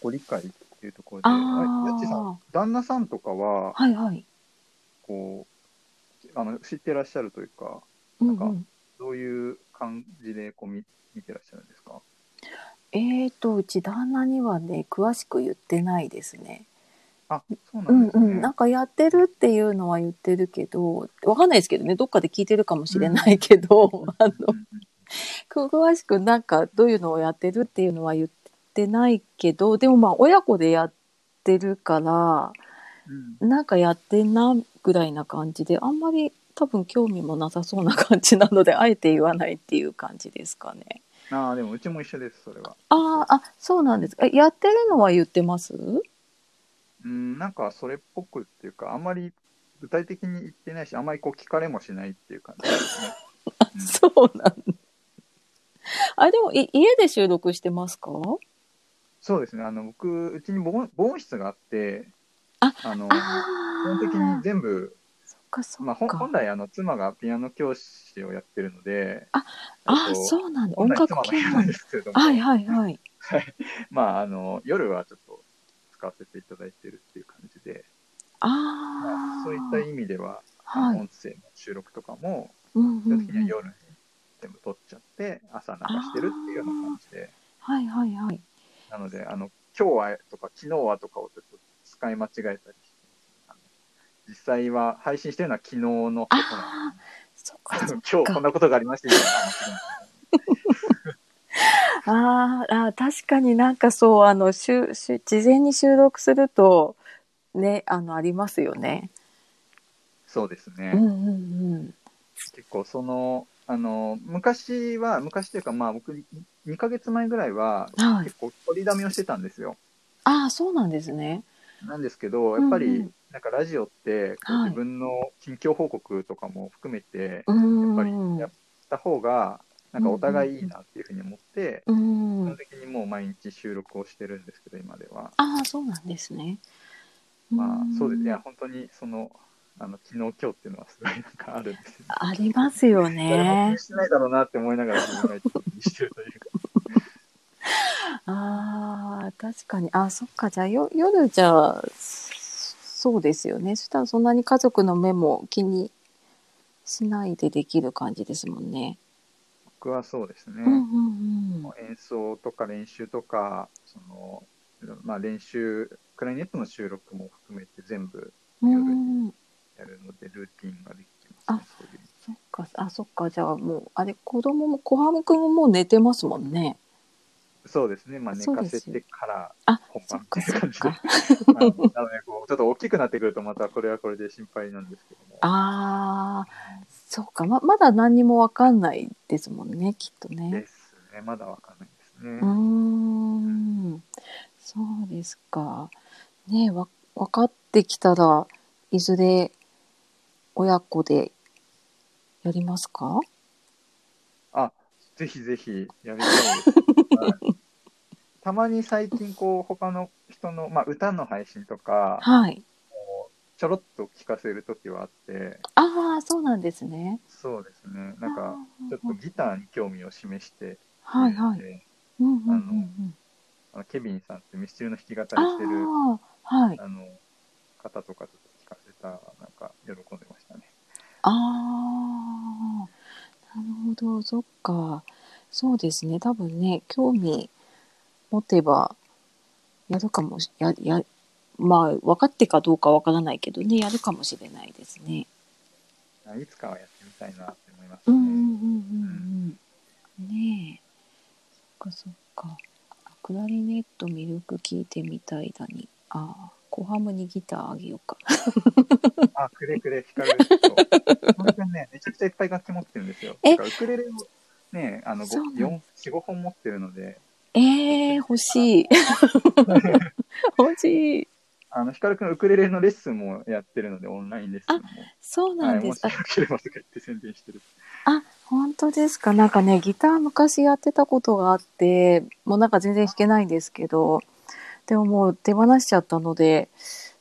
Speaker 2: ご理解っていうところで
Speaker 1: あ
Speaker 2: あやっちさん
Speaker 1: あ。
Speaker 2: 旦那さんとかは
Speaker 1: はいはい。
Speaker 2: こうあの知ってらっしゃるというか
Speaker 1: うん、う
Speaker 2: なん
Speaker 1: ん。
Speaker 2: どういう感じでこう見見てらっしゃるんですか
Speaker 1: えーと、うち旦那にはね、詳しく言ってないですね。
Speaker 2: あ、そうな
Speaker 1: うん
Speaker 2: んで
Speaker 1: う
Speaker 2: すね。
Speaker 1: ん、なんかやってるっていうのは言ってるけど、わかんないですけどね、どっかで聞いてるかもしれないけど、 あの、
Speaker 2: うん
Speaker 1: 詳しくなんかどういうのをやってるっていうのは言ってないけど、でもまあ親子でやってるから、
Speaker 2: うん
Speaker 1: なんかやってんなぐらいな感じで、あんまり多分興味もなさそうな感じなので、あえて言わないっていう感じですかね。
Speaker 2: うん、ああ、でもうちも一緒です、それは。
Speaker 1: あーあ、そうなんですか。えやってるのは言ってます
Speaker 2: うん、なんかそれっぽくっていうか、あんまり具体的に言ってないし、あんまりこう聞かれもしないっていう感じですね。うん
Speaker 1: そうなんだ。あ、でも、い、家で収録してますか
Speaker 2: そうですね、あの僕、うちに防音防音室があって、
Speaker 1: あ
Speaker 2: の
Speaker 1: あ
Speaker 2: 基
Speaker 1: あ
Speaker 2: 本的に全部、
Speaker 1: そっかそ
Speaker 2: まあ、
Speaker 1: っ
Speaker 2: 本
Speaker 1: か
Speaker 2: 本。来あの妻がピアノ教師をやってるので、
Speaker 1: ああ、そううなんだ。
Speaker 2: 音
Speaker 1: 音
Speaker 2: 楽
Speaker 1: 楽
Speaker 2: 妻
Speaker 1: 系
Speaker 2: の部屋
Speaker 1: な
Speaker 2: なん
Speaker 1: ん
Speaker 2: で
Speaker 1: だ。
Speaker 2: すけれども、
Speaker 1: はいはいはい。
Speaker 2: まああの夜はちょっと使わせていただいてるっていう感じで、ま
Speaker 1: あ
Speaker 2: あ、
Speaker 1: あ。
Speaker 2: そういった意味では、あ
Speaker 1: は
Speaker 2: の
Speaker 1: い。
Speaker 2: 音声の収録とかも、
Speaker 1: うん
Speaker 2: 基
Speaker 1: うんう
Speaker 2: 本
Speaker 1: ん
Speaker 2: 的には夜に全部撮っちゃって、朝流してるっていうような感じで、
Speaker 1: はいはいはい。
Speaker 2: なので、あの今日はとか昨日はとかをちょっと使い間違えたりして、あの実際は配信してるのは昨日のことな
Speaker 1: ああ。そっかそ
Speaker 2: ので、
Speaker 1: っか。
Speaker 2: 今日こんなことがありまして、みたいな話なんです
Speaker 1: あーあー確かになんかそうあのしゅしゅ事前に収録するとねあのありますよね。
Speaker 2: そうですね、
Speaker 1: うんうんうん。
Speaker 2: 結構その、あの昔は、昔というか、まあ、僕、2ヶ月前ぐらいは、
Speaker 1: はい
Speaker 2: 結。構取りだめをしてたんですよ。
Speaker 1: ああそうなんですね。
Speaker 2: なんですけど、やっぱ
Speaker 1: うんう
Speaker 2: り
Speaker 1: ん、
Speaker 2: なんかラジオって、こう
Speaker 1: はい
Speaker 2: 自分の近況報告とかも含めて、
Speaker 1: う
Speaker 2: やっ
Speaker 1: ん
Speaker 2: ぱ
Speaker 1: う
Speaker 2: り
Speaker 1: ん
Speaker 2: やった方が、なんかお互いいいなっていうふうに思って、
Speaker 1: うん。う
Speaker 2: 基
Speaker 1: ん
Speaker 2: 本。的にもう毎日収録をしてるんですけど、今では。
Speaker 1: ああそうなんですね。
Speaker 2: まあ
Speaker 1: ん、
Speaker 2: そうです。いや、本当に、その、あの、昨日、今日っていうのはすごいなんかあるんですよね。
Speaker 1: ありますよ
Speaker 2: 誰も気
Speaker 1: ね
Speaker 2: に。してないだろうなって思いながら自分がいつも気にしてる というか。
Speaker 1: ああ確かにあそっかじゃあよ夜じゃあそそうですよね。そしたらそんなに家族の目も気にしないでできる感じですもんね。
Speaker 2: 僕はそうですね。
Speaker 1: うんうんうん。
Speaker 2: 演奏とか練習とか、その、まあ練習、クライネットの収録も含めて全部
Speaker 1: うん、
Speaker 2: やるので、ルーティンができますね、そういう。
Speaker 1: そっか、あ、そっか、じゃあもう、あれ、子供も、小ハムくんももう寝てますもんね。
Speaker 2: そうですね、まあ、寝
Speaker 1: そう
Speaker 2: か
Speaker 1: ですよ
Speaker 2: せてから
Speaker 1: あ、
Speaker 2: 本
Speaker 1: そ
Speaker 2: 番
Speaker 1: っ
Speaker 2: っ
Speaker 1: か、
Speaker 2: てい
Speaker 1: そうっ
Speaker 2: 感じで、
Speaker 1: か。
Speaker 2: あのなのでこうちょっと大きくなってくると、またこれはこれで心配なんですけども、
Speaker 1: あー、そっか、ま、まだ何にもわかんないですもんね、きっと
Speaker 2: で
Speaker 1: ね。
Speaker 2: すね、まだわかんないですね。
Speaker 1: うーん、そうですか。ねえわ、わかってきたら、いずれ、親子で、やりますか
Speaker 2: あぜひぜひやりたいです。はいたまに最近こう他の人の、まあ、歌の配信とか
Speaker 1: はい。
Speaker 2: ちょろっと聞かせる時はあって
Speaker 1: あー、そうなんですね。
Speaker 2: そうですねなんか
Speaker 1: あー
Speaker 2: ちょっとギターに興味を示して
Speaker 1: はいはい。
Speaker 2: で
Speaker 1: うんうんうんうん。
Speaker 2: あのケビンさんってミスチルの弾き語り
Speaker 1: あ
Speaker 2: してる
Speaker 1: あー、はい。
Speaker 2: あの方とかちょっと聞かせたらなんか喜んでましたね。
Speaker 1: ああ、なるほど、そっか。そうですね、多分ね、興味持てば、やるかもし、や、や、まあ、分かってかどうかわからないけどね、やるかもしれないですね。
Speaker 2: あいつかはやってみたいなって思います
Speaker 1: う
Speaker 2: ね。
Speaker 1: んうんうんうんうん。ねえ。そっかそっか。あクラリネットミルク聞いてみたいだに。ああ、小ハムにギターあげようか。
Speaker 2: あ、くれくれ、光る人。本当にね、め ちゃくちゃいっぱい楽器持ってるんですよ。
Speaker 1: え
Speaker 2: だからウクレレをね、あの、
Speaker 1: そうなん
Speaker 2: 4、4 5本持ってるので、
Speaker 1: ええ欲 しい。欲しい。
Speaker 2: あの、光くんのウクレレのレッスンもやってるので、オンラインレッスンも。
Speaker 1: そうな
Speaker 2: はい、
Speaker 1: んで
Speaker 2: もし
Speaker 1: す。あ
Speaker 2: よければとか言って宣 伝してる。
Speaker 1: あ、本当ですか。なんかね、ギター昔やってたことがあって、もうなんか全然弾けないんですけど、でももう手放しちゃったので、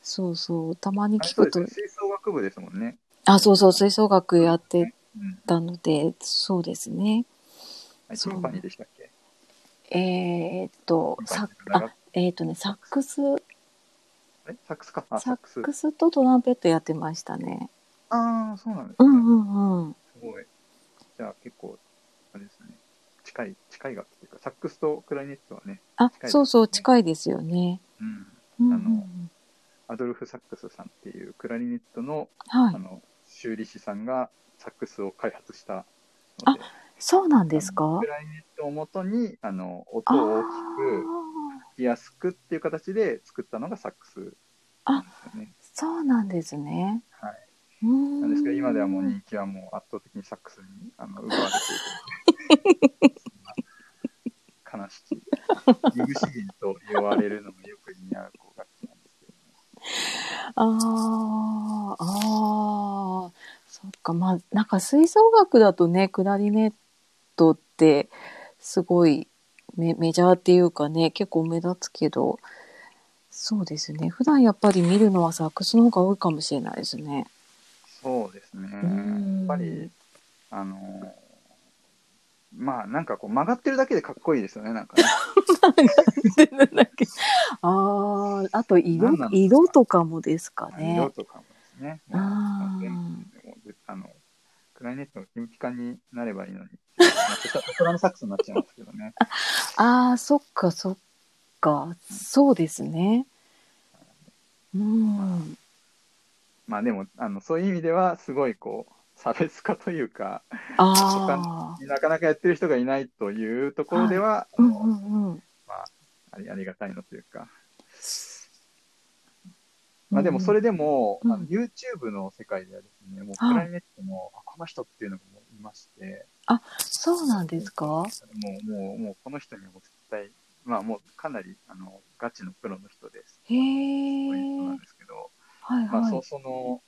Speaker 1: そうそう、たまに
Speaker 2: あれ
Speaker 1: 聞
Speaker 2: そう
Speaker 1: く
Speaker 2: です
Speaker 1: と
Speaker 2: ね、、吹奏楽部ですもんね。
Speaker 1: あ、そうそう、吹奏楽やって
Speaker 2: うん。
Speaker 1: たので、そうですね。
Speaker 2: はい、
Speaker 1: そ
Speaker 2: テ
Speaker 1: う
Speaker 2: ィンパニーでしたっけ
Speaker 1: えーっと、サ
Speaker 2: あ
Speaker 1: あ、えーっとね、サックス、
Speaker 2: れサックスか。あ、
Speaker 1: サ
Speaker 2: サ
Speaker 1: ッ
Speaker 2: ックス。
Speaker 1: クスとトランペットやってましたね。
Speaker 2: ああ、そうなんで
Speaker 1: う
Speaker 2: すね。
Speaker 1: んうんうん。
Speaker 2: すごい。じゃあ結構、あれですね。近い、近い楽器というか、サックスとクラリネットはね、
Speaker 1: あ、
Speaker 2: 近い
Speaker 1: そうそう、
Speaker 2: ですね
Speaker 1: 近いですよね。
Speaker 2: うん、
Speaker 1: うん
Speaker 2: あのアドルフ・サックスさんっていうクラリネットの,、
Speaker 1: は
Speaker 2: あ
Speaker 1: い。
Speaker 2: の修理師さんがサックスを開発したの
Speaker 1: あ
Speaker 2: で、
Speaker 1: そうなんです
Speaker 2: あの
Speaker 1: か
Speaker 2: クラリネットをもとにあの
Speaker 1: あ
Speaker 2: 音
Speaker 1: ー
Speaker 2: を大きく吹きやすくっていう形で作ったのがサックスなんですよね。
Speaker 1: そうなんですね。。
Speaker 2: はい
Speaker 1: な
Speaker 2: なんですけど今ではもう人気はもう圧倒的にサックスにあの奪われているそんな悲しきリグシギンと言われるのもよく似合う子が好きなんですけど、
Speaker 1: あーあー、そっか、まあ、なんか吹奏楽だとね、クラリネットって、すごいメメジャーっていうかね、結構目立つけど、そうですね、普段やっぱり見るのはサックスの方が多いかもしれないです ね。
Speaker 2: そうですね。や
Speaker 1: うん
Speaker 2: っぱり、あのーまあなんかこう曲がってるだけでかっこいいですよね、なんかね。
Speaker 1: ああ、あと色
Speaker 2: 何なん、ですか
Speaker 1: 色とかもですかね
Speaker 2: 色。とかもですね。
Speaker 1: あー
Speaker 2: 全部もうあの、クライネットの金ピカになればいいのに。ちょっとラのサックスになっちゃいますけどね。
Speaker 1: ああ、そっか、そっか、そうですね。うん。
Speaker 2: まあでも、あのそういう意味では、すごいこう、差別化というか、
Speaker 1: ああ、
Speaker 2: なかなかやってる人がいないというところでは、
Speaker 1: う
Speaker 2: あ
Speaker 1: ん
Speaker 2: の
Speaker 1: うんうん。
Speaker 2: ありありがたいのというか。まあでもそれでも、
Speaker 1: うん
Speaker 2: あの YouTube の世界ではですね、もう
Speaker 1: はい
Speaker 2: クライネットの、あこの人っていうのがもういまして、
Speaker 1: そうなんですか
Speaker 2: もう、もう、もうこの人にはもう絶対、まあもうかなり、あの、ガチのプロの人です。
Speaker 1: へ
Speaker 2: そういう
Speaker 1: え
Speaker 2: 人なんですけど、
Speaker 1: はい
Speaker 2: まあ
Speaker 1: は
Speaker 2: そ、
Speaker 1: いう
Speaker 2: その、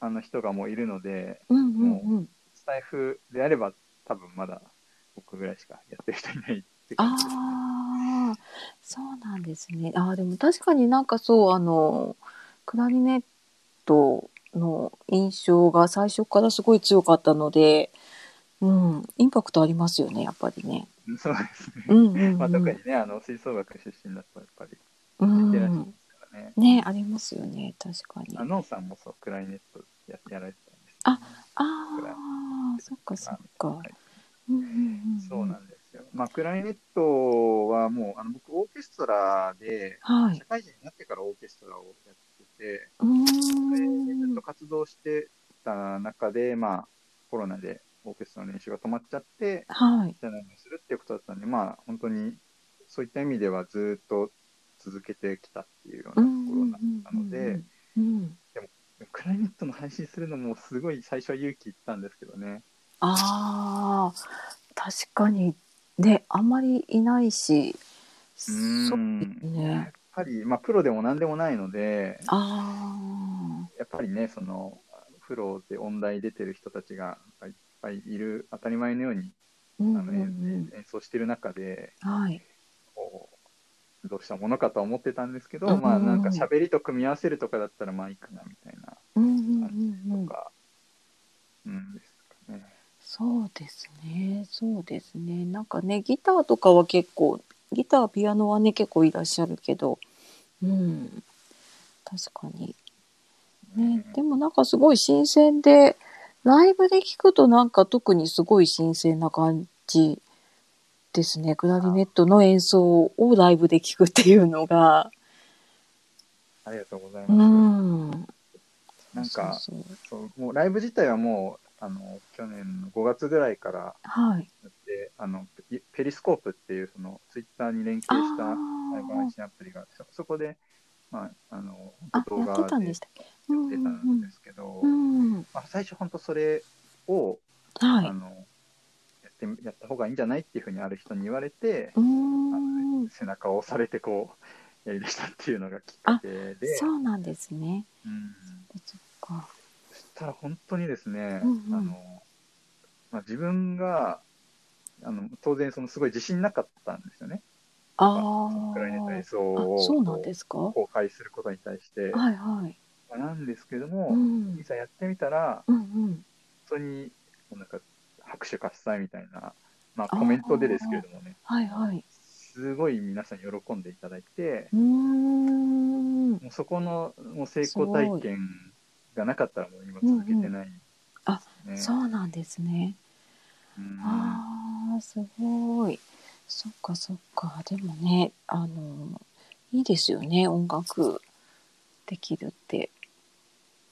Speaker 2: あの人がもういるので、
Speaker 1: うんうんうん
Speaker 2: スタイフであれば多分まだ僕ぐらいしかやってる人いないって感じです、ね。
Speaker 1: ああそうなんですねあーでも確かになんかそうあのクラリネットの印象が最初からすごい強かったのでうんインパクトありますよねやっぱりね
Speaker 2: うんそうですね。
Speaker 1: うんうん、うん、
Speaker 2: まあ特にね、あの、吹奏楽出身だとやっぱり、
Speaker 1: う
Speaker 2: リテラシー
Speaker 1: ん
Speaker 2: ですからね。
Speaker 1: ねありますよね確かに
Speaker 2: あのさんもそう、クライネットややられてたんです、ね。
Speaker 1: あ
Speaker 2: くらい
Speaker 1: あそっかそっか
Speaker 2: はい
Speaker 1: うんうんうん
Speaker 2: そうなんですよ。まあ、クライネットはもう、あの僕、オーケストラで、
Speaker 1: はい
Speaker 2: 社会人になってからオーケストラをやってて、
Speaker 1: うー
Speaker 2: で
Speaker 1: ん
Speaker 2: ずっと活動してた中で、まあ、コロナでオーケストラの練習が止まっちゃって、
Speaker 1: はい。
Speaker 2: じゃないのするっていうことだったんで、まあ、本当に、そういった意味ではずっと続けてきたっていうようなところだったので、
Speaker 1: うんうんうんうん、
Speaker 2: クライネットの配信するのもすごい最初は勇気いったんですけどね。
Speaker 1: ああ、確かにね、あんまりいないし、
Speaker 2: う
Speaker 1: そう
Speaker 2: ーんやっ
Speaker 1: ね。
Speaker 2: ぱり、まあ、プロでも何でもないので、
Speaker 1: あ
Speaker 2: やっぱりね、その、プロで音大出てる人たちがいっぱいいる、当たり前のように
Speaker 1: あ、う
Speaker 2: あ
Speaker 1: んう
Speaker 2: の、
Speaker 1: ん
Speaker 2: 演奏してる中で、
Speaker 1: うん、はい。
Speaker 2: こう、どうしたものかとは思ってたんですけど、
Speaker 1: うん
Speaker 2: まあなんか喋りと組み合わせるとかだったらまあいいかなみたいな
Speaker 1: うんうんうんう
Speaker 2: と
Speaker 1: ん。
Speaker 2: か、うんですかね。
Speaker 1: そうですね、そうですね。なんかね、ギターとかは結構、ギター、ピアノはね、結構いらっしゃるけど、うん、確かに。ね、でもなんかすごい新鮮でライブで聞くとなんか特にすごい新鮮な感じですねクラリネットの演奏をライブで聞くっていうのが
Speaker 2: ありがとうございます。
Speaker 1: うん
Speaker 2: な
Speaker 1: そう
Speaker 2: んか
Speaker 1: そうそう
Speaker 2: そうもうライブ自体はもう、あの、去年の5月ぐらいから
Speaker 1: はい
Speaker 2: やって、あの、ペペリスコープっていうそのツイッターに連
Speaker 1: あ
Speaker 2: 携したライブ配
Speaker 1: ー
Speaker 2: 信アプリがあってそそこで、まあ、あの、
Speaker 1: あ
Speaker 2: 動
Speaker 1: やってた
Speaker 2: 画
Speaker 1: ん
Speaker 2: で
Speaker 1: で
Speaker 2: や
Speaker 1: したっけうん
Speaker 2: ってたんですけど、
Speaker 1: うんうん
Speaker 2: まあ、最初本当それを、
Speaker 1: はい
Speaker 2: あのやってみやった方がいいんじゃないっていうふうにある人に言われて、
Speaker 1: うー
Speaker 2: あの
Speaker 1: ん
Speaker 2: 背中を押されてこうやりだしたっていうのがきっかけで、
Speaker 1: そうなんですね
Speaker 2: うん、
Speaker 1: そっか
Speaker 2: そしたら本当にですね、
Speaker 1: うんうん
Speaker 2: あのまあ、自分があの当然そのすごい自信なかったんですよね、
Speaker 1: あ
Speaker 2: クライネット演
Speaker 1: ー
Speaker 2: 奏
Speaker 1: あ
Speaker 2: を
Speaker 1: そうなんですかは
Speaker 2: 公開することに対して、
Speaker 1: いはい
Speaker 2: まあなんですけど
Speaker 1: う
Speaker 2: も、
Speaker 1: ん
Speaker 2: いざやってみたら、
Speaker 1: うんうん
Speaker 2: 本当になんか拍手喝采みたいな、まあ、コメントでですけれどもね、
Speaker 1: はいはい
Speaker 2: すごい皆さん喜んでいただいて、
Speaker 1: うーん
Speaker 2: もうそこのもう成功体験がなかったらもう今続けてない、
Speaker 1: あ
Speaker 2: ね
Speaker 1: そうなんですね。
Speaker 2: うん
Speaker 1: あああ、すごい。そっかそっか。でもね、あの、いいですよね、音楽できるって。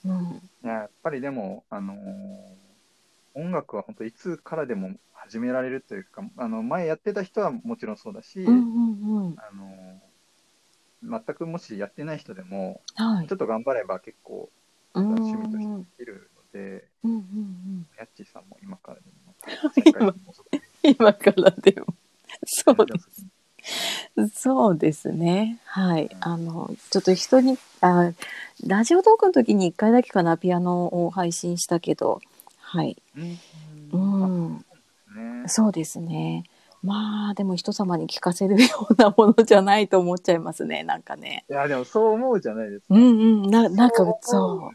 Speaker 1: うん。
Speaker 2: いややっぱりでも、あのー音楽は本当いつからでも始められるというか、あの前やってた人はもちろんそうだし、
Speaker 1: うんうんうん。
Speaker 2: あのー全くもしやってない人でも、
Speaker 1: はい
Speaker 2: ちょ。っと頑張れば結構
Speaker 1: うんうん
Speaker 2: 趣味と
Speaker 1: う
Speaker 2: して
Speaker 1: ん
Speaker 2: できるので、
Speaker 1: うんうん。
Speaker 2: ヤッチーさんも今からでも、再開しても遅くない
Speaker 1: 今からでも。そう
Speaker 2: 大丈夫です
Speaker 1: そうですね。はい。
Speaker 2: うん
Speaker 1: あの、ちょっと人に、あラジオトークの時に一回だけかな、ピアノを配信したけど、はい。う
Speaker 2: うん
Speaker 1: ん。
Speaker 2: ね
Speaker 1: そうですね。まあ、でも人様に聞かせるようなものじゃないと思っちゃいますね、なんかね。
Speaker 2: いや、でもそう思うじゃないですか。
Speaker 1: うんうん、ななんか
Speaker 2: そ
Speaker 1: そ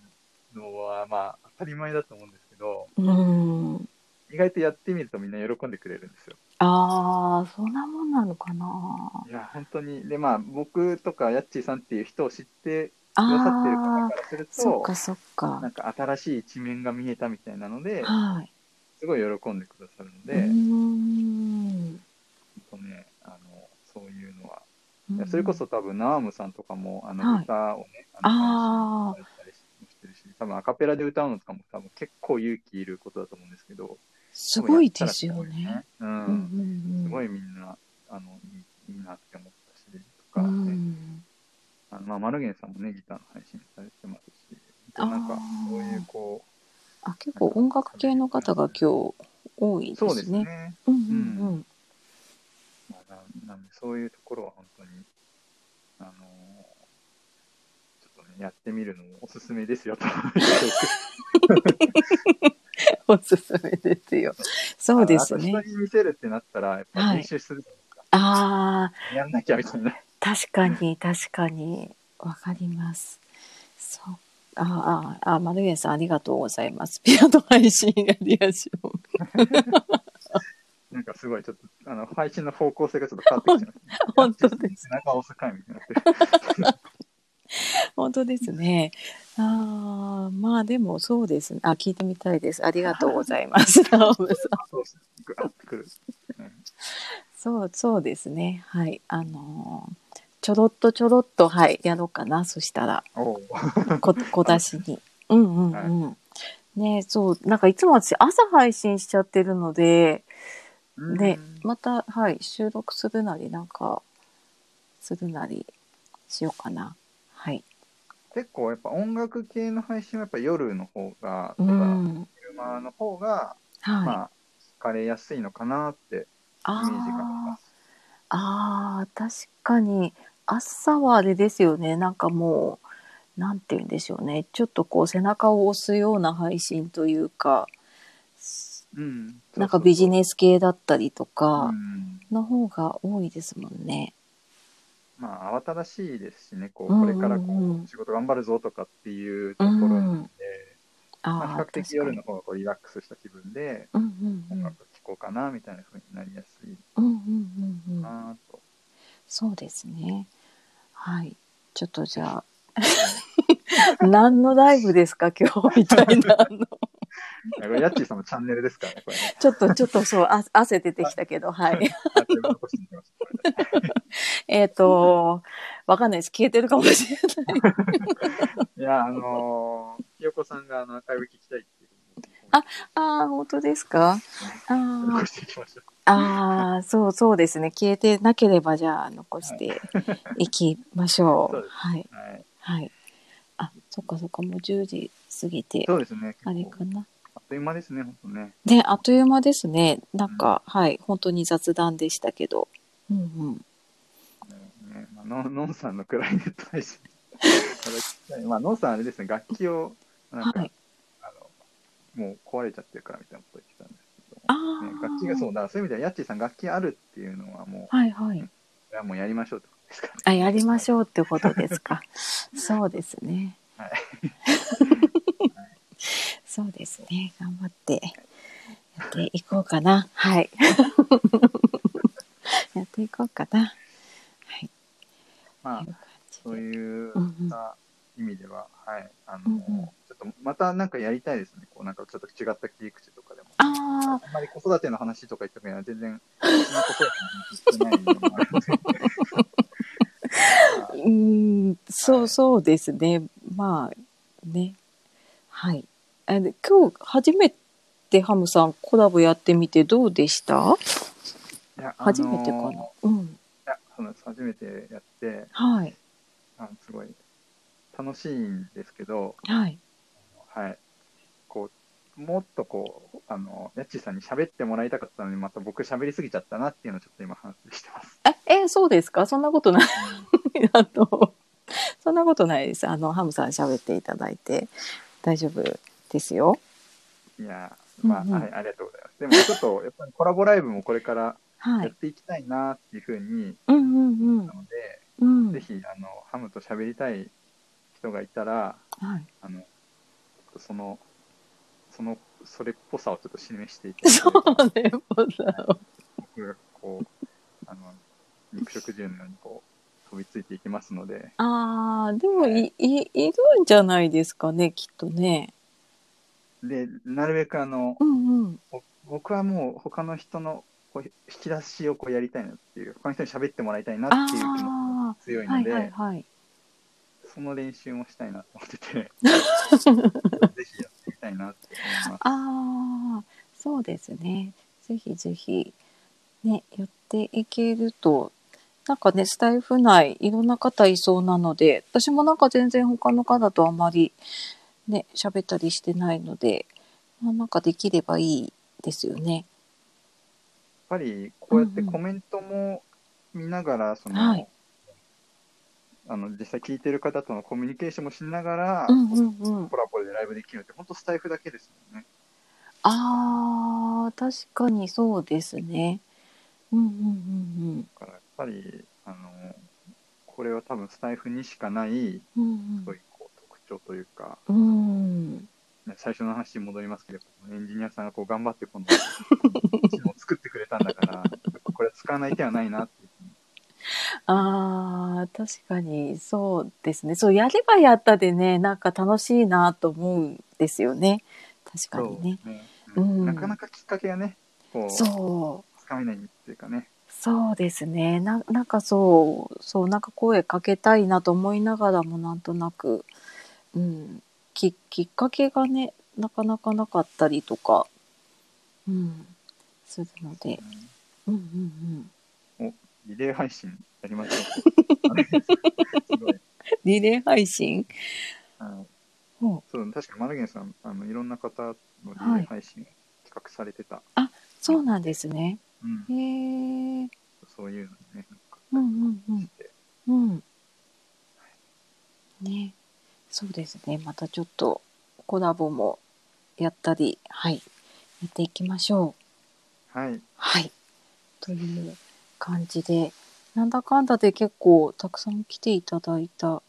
Speaker 1: う
Speaker 2: のは、まあ、当たり前だと思うんですけど、
Speaker 1: う。うん。
Speaker 2: 意外とやってみるとみんな喜んでくれるんですよ。。
Speaker 1: ああ、そんなもんなのかない
Speaker 2: や、本当に。で、まあ、僕とか、やっちーさんっていう人を知ってくださってる方
Speaker 1: ああ
Speaker 2: か、らする
Speaker 1: そっ
Speaker 2: と、
Speaker 1: かそっ
Speaker 2: な
Speaker 1: か。
Speaker 2: んか新しい一面が見えたみたいなので、
Speaker 1: はい。
Speaker 2: すごい喜んでくださるので、
Speaker 1: うーん。
Speaker 2: 本当ね、あの、そういうのは。いやそれこそ多分、ナームさんとかも、あ
Speaker 1: は
Speaker 2: の、
Speaker 1: い
Speaker 2: 歌をね、
Speaker 1: あー
Speaker 2: の、配信されたりしてるし、多分アカペラで歌うのとかも多分結構勇気いることだと思うんですけど、
Speaker 1: すごいですよ
Speaker 2: でもやっ
Speaker 1: ね。
Speaker 2: た
Speaker 1: う
Speaker 2: らすごいね。うん
Speaker 1: んうんうん。
Speaker 2: すごいみんな、あの、いいいいなって思ったし、と
Speaker 1: う
Speaker 2: か、ね
Speaker 1: ん。
Speaker 2: あのまあ、マルゲンさんもね、ギターの配信されてますし、本当なん
Speaker 1: あ
Speaker 2: か、
Speaker 1: ー
Speaker 2: そういうこ、
Speaker 1: あ、結構音楽系の方が今日多いうで
Speaker 2: そうです
Speaker 1: す
Speaker 2: ね。
Speaker 1: ね。うんうんうん。
Speaker 2: まあ、ななんで、そういうところは本当に、あのーちょっとね、やってみるのもおすすめですよ、と。
Speaker 1: おすすめですよ。 そうですね
Speaker 2: あのあ。と人に見せるってなったら、やっぱ
Speaker 1: はい
Speaker 2: 練習する、
Speaker 1: ああ、
Speaker 2: やんなきゃみたいな。
Speaker 1: 確かに、確かに、わかります。そう。ああ、あ、マルゲンさん、ありがとうございます。ピアノ配信、ありがとう。
Speaker 2: なんかすごい、ちょっと、あの、配信の方向性がちょっと変わってきてます。
Speaker 1: 本当です。
Speaker 2: 背中を押す回みたいになってる。
Speaker 1: 本当ですね。ああ、まあでもそうですね。あ、聞いてみたいです。ありがとうござい ます。ナオムさん
Speaker 2: そうそう、グワッてくる。
Speaker 1: そう、そうですね。はい。あのーちょろっとちょろっと、はい、やろうかな。そしたら。
Speaker 2: おう
Speaker 1: こ小出し に。うんうんうん。ねそう、なんかいつも私朝配信しちゃってるので、ね
Speaker 2: うん、
Speaker 1: また、はい、収録するなり、なんか、するなりしようかな。はい。
Speaker 2: 結構やっぱ音楽系の配信はやっぱ夜の方が、
Speaker 1: う
Speaker 2: とか
Speaker 1: ん。
Speaker 2: 昼間の方が、
Speaker 1: はい。
Speaker 2: まあ、疲れやすいのかなってイメージがありま
Speaker 1: あ
Speaker 2: す。
Speaker 1: あ、ああ、確かに、朝はあれですよね。なんかもう、なんて言うんでしょうね。ちょっとこう、背中を押すような配信というか、
Speaker 2: うん、
Speaker 1: なんかビジ
Speaker 2: ネ
Speaker 1: ネス系だったりと
Speaker 2: ス
Speaker 1: か、の方が多いですもんね。
Speaker 2: まあ、慌ただしいですしね、こう
Speaker 1: うん
Speaker 2: こ
Speaker 1: うんうん
Speaker 2: れからこう仕事頑張るぞとかっていうところなんで、まあ、比
Speaker 1: ああ、
Speaker 2: 較的夜の方がこうリラックスした気分で、
Speaker 1: 確かに。うんう
Speaker 2: 音
Speaker 1: んうん
Speaker 2: 楽聴こうかなみたいな風になりやすい
Speaker 1: うんうんうんうん。
Speaker 2: なと。
Speaker 1: そうですね。はい。ちょっとじゃあ、 何のライブですか今日みたいなの。
Speaker 2: これヤッチーさんのチャンネルですからね、これね。
Speaker 1: ちょっと、ちょっとそう、あ汗出てきたけど、はい。
Speaker 2: あっという間に残していきましたこれで
Speaker 1: えっ と、わかんないです。消えてるかもしれない。
Speaker 2: いや、あのー、ひよこさんがあのアーカイブ聞きたいっていう
Speaker 1: あああ、本当ですかあ
Speaker 2: 残
Speaker 1: あ
Speaker 2: していきました。
Speaker 1: ああ、そうそうですね。消えてなければ、じゃあ、残していきまし ょ
Speaker 2: そう
Speaker 1: う
Speaker 2: で。す
Speaker 1: はい。
Speaker 2: はい。
Speaker 1: はい。あ、そっかそっか、もう10時過ぎて
Speaker 2: そ、うですね、
Speaker 1: あれ
Speaker 2: 結構
Speaker 1: かな。
Speaker 2: あっという間ですね、本当ね。
Speaker 1: ね、あっという間ですね。なんか、はい、本当に雑談でしたけど。うんうん。
Speaker 2: ねまあ、ののんさんのクライネット配信 まあのんさんあれですね楽器をなんか、
Speaker 1: はい
Speaker 2: あのもう壊れちゃってるからみたいなこと言ってたんですけ
Speaker 1: あ
Speaker 2: ど、
Speaker 1: あ、
Speaker 2: ね、楽器がそうだからそういう意味ではやっちーさん楽器あるっていうのはも
Speaker 1: はいはい。
Speaker 2: ういやもうやりましょうってことですか
Speaker 1: あ、やりましょうってことですか。そうですね。
Speaker 2: はい
Speaker 1: そうですね。頑張ってやっていこうかな。 はい。やっていこうかな。はい。
Speaker 2: まあ
Speaker 1: という感じで
Speaker 2: そういう
Speaker 1: うんうん
Speaker 2: 意味では、はいあの
Speaker 1: うんうん
Speaker 2: ちょっっとまたなんかやりたいですね。こうなんかちょっと違った切り口とかでも。
Speaker 1: ああ、
Speaker 2: あんまり子育ての話とか言った時には全然、そんな子育ての話してないのもあるので
Speaker 1: うーん、そうそうですね。まあ、ね。はい。あで今日初めてハムさんコラボやってみてどうでした
Speaker 2: いや
Speaker 1: 初めてかな
Speaker 2: あのーい。
Speaker 1: うん。
Speaker 2: やそうなんです初めてやって、
Speaker 1: はい。
Speaker 2: あのすごい楽しいんですけど、
Speaker 1: はい。
Speaker 2: はい。こう、もっとこう、あの、やっちーさんに喋ってもらいたかったのに、また僕喋りすぎちゃったなっていうのをちょっと今反省して ます。
Speaker 1: え、えそうですかそんなことない。あの、そんなことないです。あの、ハムさん喋っていただいて大丈夫ですよ。
Speaker 2: いやー、まあ、
Speaker 1: うんうん
Speaker 2: はい、ありがとうございます。でもちょっと、やっぱりコラボライブもこれから
Speaker 1: は
Speaker 2: や
Speaker 1: い。
Speaker 2: っていきたいなっていうふうに、
Speaker 1: うんうんうん
Speaker 2: なので、。
Speaker 1: うん。
Speaker 2: ぜひ、あの、ハムと喋りたい人がいたら、
Speaker 1: はい。
Speaker 2: あの、ちょっとその、その、それっぽさをちょっと示していただけ
Speaker 1: そ
Speaker 2: れ
Speaker 1: う
Speaker 2: ば
Speaker 1: ね、ボタン
Speaker 2: 僕がこう、あの、肉食獣のようにこう、飛びついていきますので、
Speaker 1: ああ、でもい、い、いるんじゃないですかね、きっとね。
Speaker 2: で、なるべくあの、
Speaker 1: うんうん。
Speaker 2: ぼ僕はもう他の人のこう引き出しをこうやりたいなっていう、他の人に喋ってもらいたいなっていう気持ちが強い
Speaker 1: は
Speaker 2: の
Speaker 1: い
Speaker 2: で、
Speaker 1: はいはい。
Speaker 2: その練習もしたいなと 思ってて、ぜひやってみたいなって思います。
Speaker 1: ああ、そうですね。ぜひぜひ、ね、やっていけると、なんかね、スタイフ内、いろんな方いそうなので、私もなんか全然他の方とあまり、ね、喋ったりしてないので、まあ、なんかできればいいですよね。
Speaker 2: やっぱりこうやって
Speaker 1: うんうん
Speaker 2: コメントも見ながら、その、
Speaker 1: はい
Speaker 2: あの、実際聞いてる方とのコミュニケーションもしながら、
Speaker 1: うんうんうん。
Speaker 2: コラボでライブできるって、本当スタイフだけですもんね。
Speaker 1: ああ、確かにそうですね。うんうんうん
Speaker 2: だからやっぱり、あの、これは多分スタイフにしかない、
Speaker 1: うん。うん
Speaker 2: そういうこう特徴というか、
Speaker 1: うん。うん。
Speaker 2: ね最初の話に戻りますけど、エンジニアさんがこう頑張って今度、うちのを作ってくれたんだから、やっぱこれは使わない手はないなっていう
Speaker 1: ああ、確かにそうですね。そう、やればやったでね、なんか楽しいなと思うんですよね。確かにね。
Speaker 2: そうね
Speaker 1: うん
Speaker 2: なかなかきっかけがね、こう、つ
Speaker 1: そう。
Speaker 2: かめないっていうかね、
Speaker 1: そうですね。な、なんかそう、そう、なんか声かけたいなと思いながらも、なんとなく、うん、き、きっかけがね、なかなかなかったりとか、うん、するので、うんうんうん。
Speaker 2: リレー配信やりましょう。あれ すごい。
Speaker 1: リレー配信
Speaker 2: あの
Speaker 1: ほ
Speaker 2: そう確かにマルゲンさんあの、いろんな方のリレー配信企画されてた、
Speaker 1: そうなんですね。
Speaker 2: うん
Speaker 1: へえ、
Speaker 2: そういうのね、なんか
Speaker 1: うんうんうん。
Speaker 2: して、
Speaker 1: うん。ね。そうですね。またちょっとコラボもやったり、はい。やっていきましょう。
Speaker 2: はい、
Speaker 1: はい。という感じで、なんだかんだで結構たくさん来ていただいた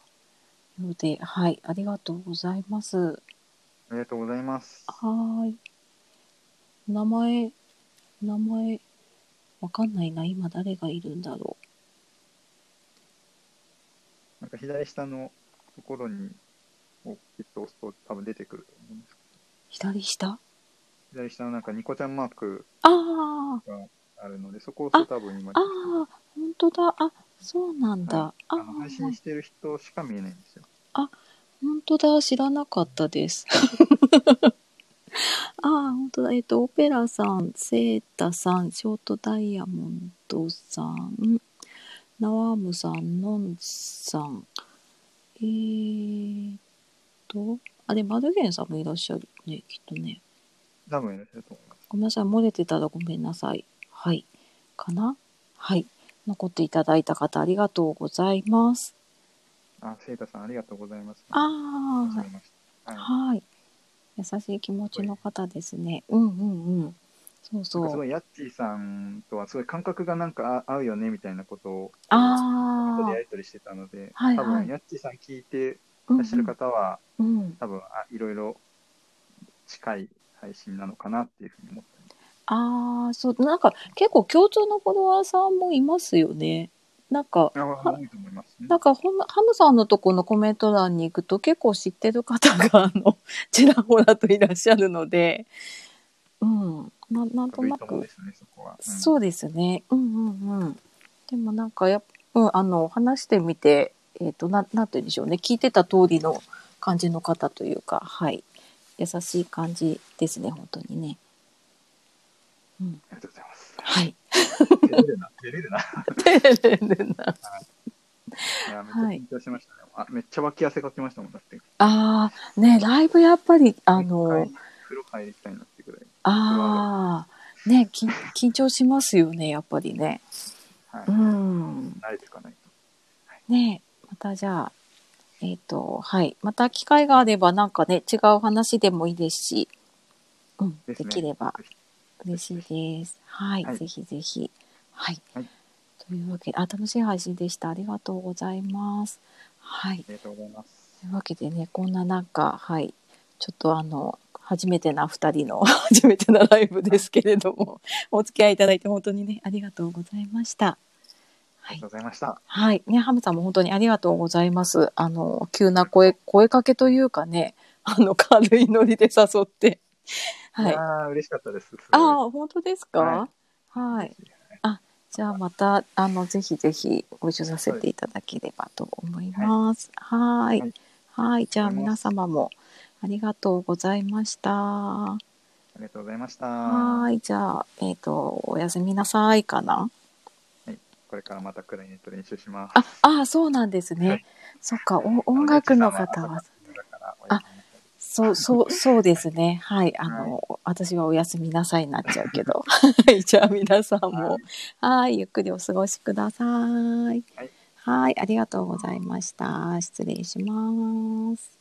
Speaker 1: ので、はい。ありがとうございます。
Speaker 2: ありがとうございます。
Speaker 1: はーい。名前、名前、わかんないな。今誰がいるんだろう。
Speaker 2: なんか左下のところに、をきっと押すと多分出てくると思うんですけ
Speaker 1: 左下
Speaker 2: ど、左下のなんかニコちゃんマーク
Speaker 1: ああ
Speaker 2: あるので、そこを押すと多分今、
Speaker 1: ああ、本当だ。あ、そうなんだ。
Speaker 2: は
Speaker 1: あ
Speaker 2: あの配信してる人しか見えないんですよ。
Speaker 1: 本当だ。知らなかったです。 ああ、本当だ。えっと、オペラさん、セータさん、ショートダイヤモンドさん、ナワームさん、ノンさん、えーっと、あれ、マルゲンさんもいらっしゃるね、きっとね。
Speaker 2: 多分いらっしゃると思います。
Speaker 1: ごめんなさい、漏れてたらごめんなさい。はい。かなはい。残っていただいた方、ありがとうございます。
Speaker 2: あ、セイタさんありがとうございます。
Speaker 1: あ
Speaker 2: はじ
Speaker 1: あ
Speaker 2: め、まして。はい
Speaker 1: はい。優しい気持ちの方ですね。うんうんうん。そう
Speaker 2: なんかす
Speaker 1: そ
Speaker 2: ご
Speaker 1: う。
Speaker 2: いヤッチーさんとはすごい感覚がなんかあ合うよねみたいなことを
Speaker 1: あ
Speaker 2: 後
Speaker 1: あ
Speaker 2: でやり取りしてたので、
Speaker 1: はい
Speaker 2: 多
Speaker 1: はい
Speaker 2: 分ヤッチーさん聞いて
Speaker 1: ー、
Speaker 2: らっしゃる方は、
Speaker 1: うんうん、うん。
Speaker 2: 多分あいろいろ近い配信なのかなっていうふうに思ってます。
Speaker 1: ああ、そう、なんか結構共通のフォロワーさんもいますよね。なんか、
Speaker 2: いや多いと思いますね
Speaker 1: なんかほん、ハムさんのとこのコメント欄に行くと結構知ってる方が、あの、ちらほらといらっしゃるので、うん、ななんと
Speaker 2: 軽い
Speaker 1: な
Speaker 2: とも
Speaker 1: く
Speaker 2: で、すね、そこは。うん
Speaker 1: そうですね。うんうんうん。でもなんかやっぱ、うん、あの、話してみて、えっ、と、な、なんて言うんでしょうね。聞いてた通りの感じの方というか、はい。優しい感じですね、本当にね。うん。
Speaker 2: ありがとうございます。
Speaker 1: はい。
Speaker 2: 照 れるな、照れるな。
Speaker 1: てれれんな。
Speaker 2: いや、めっちゃ緊張しましたね。あめっちゃ脇汗かきましたもん、だって。
Speaker 1: ああ、ね、ライブやっぱり、あの、
Speaker 2: 一回風呂入りたいなってくらい。
Speaker 1: ああ、ね、緊緊張しますよね、やっぱりね。
Speaker 2: は
Speaker 1: う
Speaker 2: い。
Speaker 1: ん。
Speaker 2: 慣れていかないと。
Speaker 1: ねまたじゃあ、えっ、と、はい。また機会があれば、なんかね、違う話でもいいですし、うん、で
Speaker 2: で
Speaker 1: す
Speaker 2: ね
Speaker 1: きれば嬉しいです。はい。
Speaker 2: はい
Speaker 1: ぜひぜひ。はい。
Speaker 2: はい
Speaker 1: というわけで、あ、楽しい配信でした。ありがとうございます。はい。
Speaker 2: ありがとうございます。
Speaker 1: というわけでね、こんななんか、はい、ちょっとあの、初めてな2人の 初めてなライブですけれども、お付き合いいただいて本当にね、ありがとうございました。は
Speaker 2: あり
Speaker 1: い
Speaker 2: がと。うございました。
Speaker 1: はい。ね、ハムさんも本当にありがとうございます。あの、急な声、声かけというかね、 あの、軽いノリで誘って。はいい。
Speaker 2: や
Speaker 1: あ
Speaker 2: ー嬉しかったです。すごい
Speaker 1: あ、本当ですかはい、
Speaker 2: 嬉しい
Speaker 1: じゃあまた、あの、ぜひぜひご一緒させていただければと思います。はーい。は
Speaker 2: はいい。
Speaker 1: じゃあ皆様もありがとうございました。は
Speaker 2: ありがとうございました。
Speaker 1: ーい。じゃあ、えっ、と、おやすみなさいかな。
Speaker 2: これからまたクライネット練習します。
Speaker 1: あ、ああ、そうなんですね。
Speaker 2: はい
Speaker 1: そっか、お音楽の方は。
Speaker 2: あ、
Speaker 1: そう、そう、そうですね。はい。あの、私はおやすみなさいになっちゃうけ ど。はい。じゃあ皆さんも、はい。ゆっくりお過ごしください。はい。ありがとうございました。失礼します。